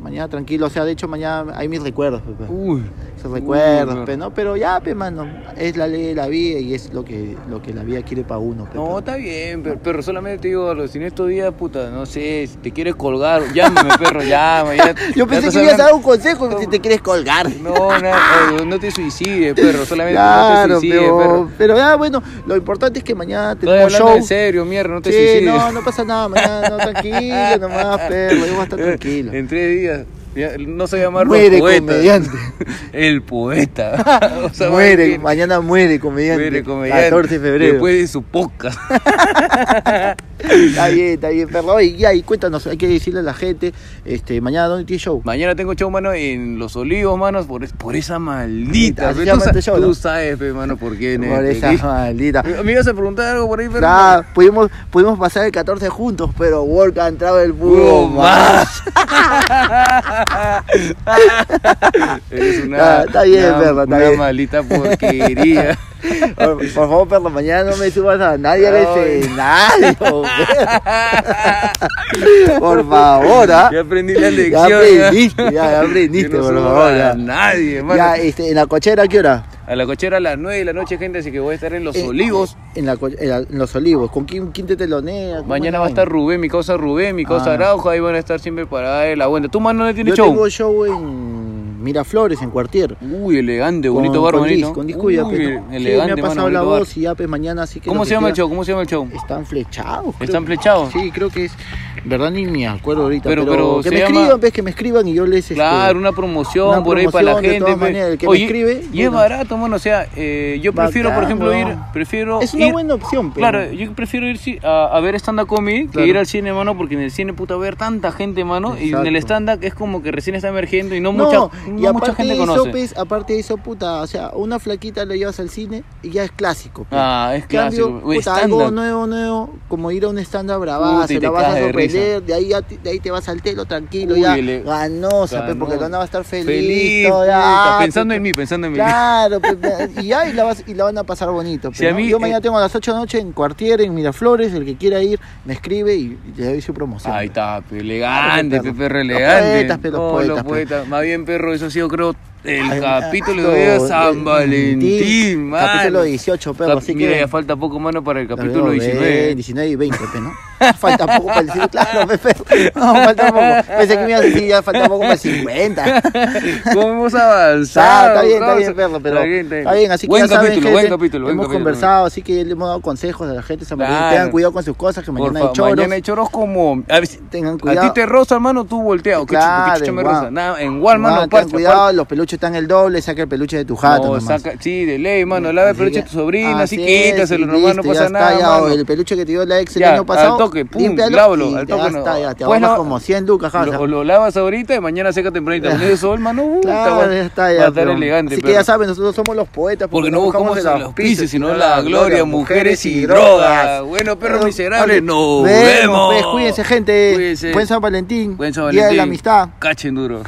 [SPEAKER 2] mañana tranquilo, o sea, de hecho mañana hay mis recuerdos, pe,
[SPEAKER 1] mi
[SPEAKER 2] pe.
[SPEAKER 1] show. Uy.
[SPEAKER 2] esos recuerdos,
[SPEAKER 1] Uh, Uy,
[SPEAKER 2] pe, ¿no? Pero ya, pe, mano, es la ley de la vida y es lo que, lo que la vida quiere para uno, pe,
[SPEAKER 1] No,
[SPEAKER 2] pe.
[SPEAKER 1] está bien, per- perro, solamente te digo, algo, si en estos días, puta, no sé, si te quieres colgar, llámame, perro, llama. Ya,
[SPEAKER 2] Yo
[SPEAKER 1] ya
[SPEAKER 2] pensé
[SPEAKER 1] estás
[SPEAKER 2] que ibas a
[SPEAKER 1] hablando-
[SPEAKER 2] dar un consejo si te quieres colgar.
[SPEAKER 1] No, na- oye, no te suicides, perro, solamente no
[SPEAKER 2] Claro,
[SPEAKER 1] te suicides,
[SPEAKER 2] pero,
[SPEAKER 1] perro.
[SPEAKER 2] pero ya, bueno, lo importante es que mañana
[SPEAKER 1] Estoy
[SPEAKER 2] tenemos
[SPEAKER 1] hablando
[SPEAKER 2] show.
[SPEAKER 1] en serio, mierda, no te
[SPEAKER 2] Sí,
[SPEAKER 1] suicides.
[SPEAKER 2] no, no pasa nada, mañana, no, tranquilo nomás, perro, yo voy a estar tranquilo.
[SPEAKER 1] En tres días. ya, no se llama
[SPEAKER 2] Muere
[SPEAKER 1] poeta.
[SPEAKER 2] comediante.
[SPEAKER 1] El poeta. O sea,
[SPEAKER 2] muere,
[SPEAKER 1] que-
[SPEAKER 2] mañana muere comediante.
[SPEAKER 1] muere comediante.
[SPEAKER 2] 14 de febrero.
[SPEAKER 1] Después de su podcast.
[SPEAKER 2] Está bien, está bien, perro. Y ya, y cuéntanos, hay que decirle a la gente, este, mañana dónde tiene show.
[SPEAKER 1] Mañana tengo show, mano, en Los Olivos, manos, por, es- por esa maldita.
[SPEAKER 2] Así
[SPEAKER 1] pe,
[SPEAKER 2] se
[SPEAKER 1] tú,
[SPEAKER 2] llama
[SPEAKER 1] sa-
[SPEAKER 2] este show,
[SPEAKER 1] tú
[SPEAKER 2] ¿no?
[SPEAKER 1] sabes, pe, mano, por qué.
[SPEAKER 2] Por
[SPEAKER 1] ne,
[SPEAKER 2] esa
[SPEAKER 1] pe,
[SPEAKER 2] maldita.
[SPEAKER 1] que- Me ibas a preguntar algo por ahí, pero.
[SPEAKER 2] Nah, pudimos, pudimos pasar el 14 juntos, pero Work and Travel
[SPEAKER 1] Hubo
[SPEAKER 2] pudo más.
[SPEAKER 1] más. Eres una,
[SPEAKER 2] Ah, está bien,
[SPEAKER 1] una-
[SPEAKER 2] perro, está
[SPEAKER 1] una
[SPEAKER 2] bien.
[SPEAKER 1] maldita porquería.
[SPEAKER 2] Por, por favor, perro, mañana no me subas a nadie al
[SPEAKER 1] Ay.
[SPEAKER 2] escenario. perro. por favor, ¿ah?
[SPEAKER 1] Ya aprendí la
[SPEAKER 2] Ya
[SPEAKER 1] lección.
[SPEAKER 2] aprendiste, ya, ya
[SPEAKER 1] Que
[SPEAKER 2] aprendiste,
[SPEAKER 1] no
[SPEAKER 2] por
[SPEAKER 1] suba
[SPEAKER 2] favor.
[SPEAKER 1] a
[SPEAKER 2] ya.
[SPEAKER 1] nadie, mano.
[SPEAKER 2] Ya, este, en la cochera, ¿a ¿qué hora?
[SPEAKER 1] A la cochera a las 9 de la noche, gente, así que voy a estar en Los
[SPEAKER 2] En-
[SPEAKER 1] Olivos.
[SPEAKER 2] En, la co- en la- en los olivos. ¿Con quién, quién te telonea? ¿Cómo
[SPEAKER 1] Mañana
[SPEAKER 2] es
[SPEAKER 1] va a
[SPEAKER 2] la
[SPEAKER 1] estar Rubén, mi causa Rubén, mi causa
[SPEAKER 2] Ah.
[SPEAKER 1] Araujo, ahí van a estar siempre parada de la buena. ¿Tú, mano, no
[SPEAKER 2] vaina? Yo
[SPEAKER 1] tienes show?
[SPEAKER 2] tengo show en Miraflores, en Cuartier.
[SPEAKER 1] Uy, elegante,
[SPEAKER 2] Con-
[SPEAKER 1] bonito bar,
[SPEAKER 2] con,
[SPEAKER 1] bonito.
[SPEAKER 2] dis- con disco
[SPEAKER 1] Uy,
[SPEAKER 2] y yape. Sí,
[SPEAKER 1] elegante,
[SPEAKER 2] me ha
[SPEAKER 1] mano,
[SPEAKER 2] pasado la
[SPEAKER 1] bonito bar.
[SPEAKER 2] voz y yape mañana, así que.
[SPEAKER 1] ¿Cómo
[SPEAKER 2] lo
[SPEAKER 1] se
[SPEAKER 2] que
[SPEAKER 1] llama el
[SPEAKER 2] quiera-
[SPEAKER 1] show? ¿Cómo se llama el show?
[SPEAKER 2] Están flechados. creo
[SPEAKER 1] ¿Están
[SPEAKER 2] que-
[SPEAKER 1] flechados?
[SPEAKER 2] Sí, creo que es. Verdad ni me acuerdo ahorita.
[SPEAKER 1] Pero-
[SPEAKER 2] Pero,
[SPEAKER 1] pero
[SPEAKER 2] que
[SPEAKER 1] se
[SPEAKER 2] me
[SPEAKER 1] llama-
[SPEAKER 2] escriban, ves que me escriban y yo les. este,
[SPEAKER 1] Claro, una promoción
[SPEAKER 2] una
[SPEAKER 1] por ahí para la
[SPEAKER 2] promoción, de
[SPEAKER 1] gente.
[SPEAKER 2] todas
[SPEAKER 1] pe.
[SPEAKER 2] maneras, el que me escribe,
[SPEAKER 1] Y es
[SPEAKER 2] bueno.
[SPEAKER 1] barato, mano. O sea, eh, yo prefiero, por
[SPEAKER 2] Bacán,
[SPEAKER 1] ejemplo,
[SPEAKER 2] weón.
[SPEAKER 1] ir. Prefiero
[SPEAKER 2] Es una
[SPEAKER 1] ir-
[SPEAKER 2] buena opción, pero.
[SPEAKER 1] Claro, yo prefiero ir sí, a, a ver stand-up comedy
[SPEAKER 2] Claro.
[SPEAKER 1] que ir al cine, mano, porque en el cine, puta, ver tanta gente, mano, y en el
[SPEAKER 2] Exacto.
[SPEAKER 1] stand-up es como que recién está emergiendo y no,
[SPEAKER 2] No,
[SPEAKER 1] mucha,
[SPEAKER 2] y
[SPEAKER 1] no
[SPEAKER 2] aparte
[SPEAKER 1] mucha gente
[SPEAKER 2] de eso,
[SPEAKER 1] conoce.
[SPEAKER 2] pues, aparte de eso, puta, o sea, una flaquita la llevas al cine y ya es clásico. pues.
[SPEAKER 1] Ah, es clásico.
[SPEAKER 2] Cambio,
[SPEAKER 1] Uy,
[SPEAKER 2] puta, algo
[SPEAKER 1] stand-up.
[SPEAKER 2] nuevo, nuevo, como ir a un stand-up
[SPEAKER 1] Puta,
[SPEAKER 2] bravazo,
[SPEAKER 1] y te
[SPEAKER 2] la vas
[SPEAKER 1] cagas
[SPEAKER 2] a
[SPEAKER 1] de risa.
[SPEAKER 2] sorprender, de ahí, ya te- de ahí te vas al telo tranquilo,
[SPEAKER 1] Uy,
[SPEAKER 2] ya
[SPEAKER 1] ele-
[SPEAKER 2] ganosa, pe,
[SPEAKER 1] Ganó.
[SPEAKER 2] porque la onda va a estar feliz,
[SPEAKER 1] Feliz,
[SPEAKER 2] todo, ya,
[SPEAKER 1] puta,
[SPEAKER 2] ah,
[SPEAKER 1] pensando
[SPEAKER 2] puta.
[SPEAKER 1] en mí, pensando en mí.
[SPEAKER 2] Claro, pe, pe, y ahí la, vas, y la van a pasar bonito. pe,
[SPEAKER 1] Si a
[SPEAKER 2] ¿no?
[SPEAKER 1] mí,
[SPEAKER 2] Yo
[SPEAKER 1] eh,
[SPEAKER 2] mañana tengo a las 8 de la noche en Cuartier, en Miraflores, el que quiera ir, me escribe y, y le doy su promoción.
[SPEAKER 1] Ahí
[SPEAKER 2] pe.
[SPEAKER 1] está, pe, elegante,
[SPEAKER 2] Claro,
[SPEAKER 1] pe,
[SPEAKER 2] claro.
[SPEAKER 1] perro
[SPEAKER 2] Los
[SPEAKER 1] elegante.
[SPEAKER 2] poetas, pe, los
[SPEAKER 1] Oh,
[SPEAKER 2] poetas, pe.
[SPEAKER 1] Más bien, perro, eso ha sido, creo, el
[SPEAKER 2] Ay,
[SPEAKER 1] capítulo
[SPEAKER 2] ah,
[SPEAKER 1] de
[SPEAKER 2] todo,
[SPEAKER 1] San
[SPEAKER 2] el-
[SPEAKER 1] Valentín, mano.
[SPEAKER 2] Capítulo 18, perro,
[SPEAKER 1] Cap-
[SPEAKER 2] así
[SPEAKER 1] Mira,
[SPEAKER 2] que...
[SPEAKER 1] ya falta poco, mano, para el
[SPEAKER 2] Lo
[SPEAKER 1] capítulo
[SPEAKER 2] veo,
[SPEAKER 1] 19.
[SPEAKER 2] ve, 19 y 20, pe, ¿no? Falta poco para el 19, claro, pe, pe. No, falta poco. Pensé que me ibas a decir, ya falta poco para el 50.
[SPEAKER 1] ¿Cómo hemos
[SPEAKER 2] Está,
[SPEAKER 1] avanzado?
[SPEAKER 2] Ah, está bien, está
[SPEAKER 1] causa?
[SPEAKER 2] bien, perro, pero
[SPEAKER 1] Está bien, está bien.
[SPEAKER 2] así que
[SPEAKER 1] buen
[SPEAKER 2] ya saben,
[SPEAKER 1] capítulo,
[SPEAKER 2] gente,
[SPEAKER 1] buen capítulo, buen
[SPEAKER 2] hemos
[SPEAKER 1] capítulo.
[SPEAKER 2] conversado, así que le hemos dado consejos a la gente, San Valentín,
[SPEAKER 1] Claro.
[SPEAKER 2] tengan cuidado con sus cosas, que
[SPEAKER 1] Por
[SPEAKER 2] mañana hay
[SPEAKER 1] fa-
[SPEAKER 2] choros,
[SPEAKER 1] Mañana hay choros como... A, ver,
[SPEAKER 2] tengan
[SPEAKER 1] a
[SPEAKER 2] cuidado,
[SPEAKER 1] ti te rosa, hermano, tú volteado. ¿Qué chucha-
[SPEAKER 2] Claro,
[SPEAKER 1] qué chucha me
[SPEAKER 2] en
[SPEAKER 1] rosa?
[SPEAKER 2] Guam.
[SPEAKER 1] Nada, en Walmart
[SPEAKER 2] Ah,
[SPEAKER 1] no,
[SPEAKER 2] tengan
[SPEAKER 1] parcha,
[SPEAKER 2] cuidado, los peluches están el doble, saca el peluche de tu
[SPEAKER 1] parcha.
[SPEAKER 2] jato
[SPEAKER 1] pues, No,
[SPEAKER 2] nomás.
[SPEAKER 1] saca, sí, de ley, mano. Lava el
[SPEAKER 2] Así
[SPEAKER 1] peluche de
[SPEAKER 2] que-
[SPEAKER 1] tu sobrina, así,
[SPEAKER 2] es,
[SPEAKER 1] quítaselo,
[SPEAKER 2] y
[SPEAKER 1] nomás, no
[SPEAKER 2] listo,
[SPEAKER 1] pasa
[SPEAKER 2] ya está,
[SPEAKER 1] nada,
[SPEAKER 2] ya,
[SPEAKER 1] mano.
[SPEAKER 2] o El peluche que te dio la ex el
[SPEAKER 1] Ya,
[SPEAKER 2] año
[SPEAKER 1] al
[SPEAKER 2] pasado,
[SPEAKER 1] toque, pum,
[SPEAKER 2] límpialo
[SPEAKER 1] lávalo,
[SPEAKER 2] y
[SPEAKER 1] al
[SPEAKER 2] ya
[SPEAKER 1] toque no.
[SPEAKER 2] está, ya, te
[SPEAKER 1] Puedes
[SPEAKER 2] ahorras
[SPEAKER 1] lavar-
[SPEAKER 2] como 100 lucas, ja, o sea,
[SPEAKER 1] Lo, o lo lavas ahorita y mañana seca tempranito. Con eso, hermano, uh,
[SPEAKER 2] Claro, ya está ya.
[SPEAKER 1] va a estar
[SPEAKER 2] pero-
[SPEAKER 1] elegante.
[SPEAKER 2] Así que
[SPEAKER 1] perro.
[SPEAKER 2] ya saben, nosotros somos los poetas.
[SPEAKER 1] Porque no buscamos el
[SPEAKER 2] el
[SPEAKER 1] auspicio,
[SPEAKER 2] auspicio,
[SPEAKER 1] sino la gloria, mujeres y drogas. Bueno, perros miserables, nos vemos.
[SPEAKER 2] Vemos. pues, Cuídense, gente.
[SPEAKER 1] Cuídense.
[SPEAKER 2] Buen San Valentín.
[SPEAKER 1] Buen San
[SPEAKER 2] Día de
[SPEAKER 1] Valentín.
[SPEAKER 2] la amistad.
[SPEAKER 1] Cachen duro.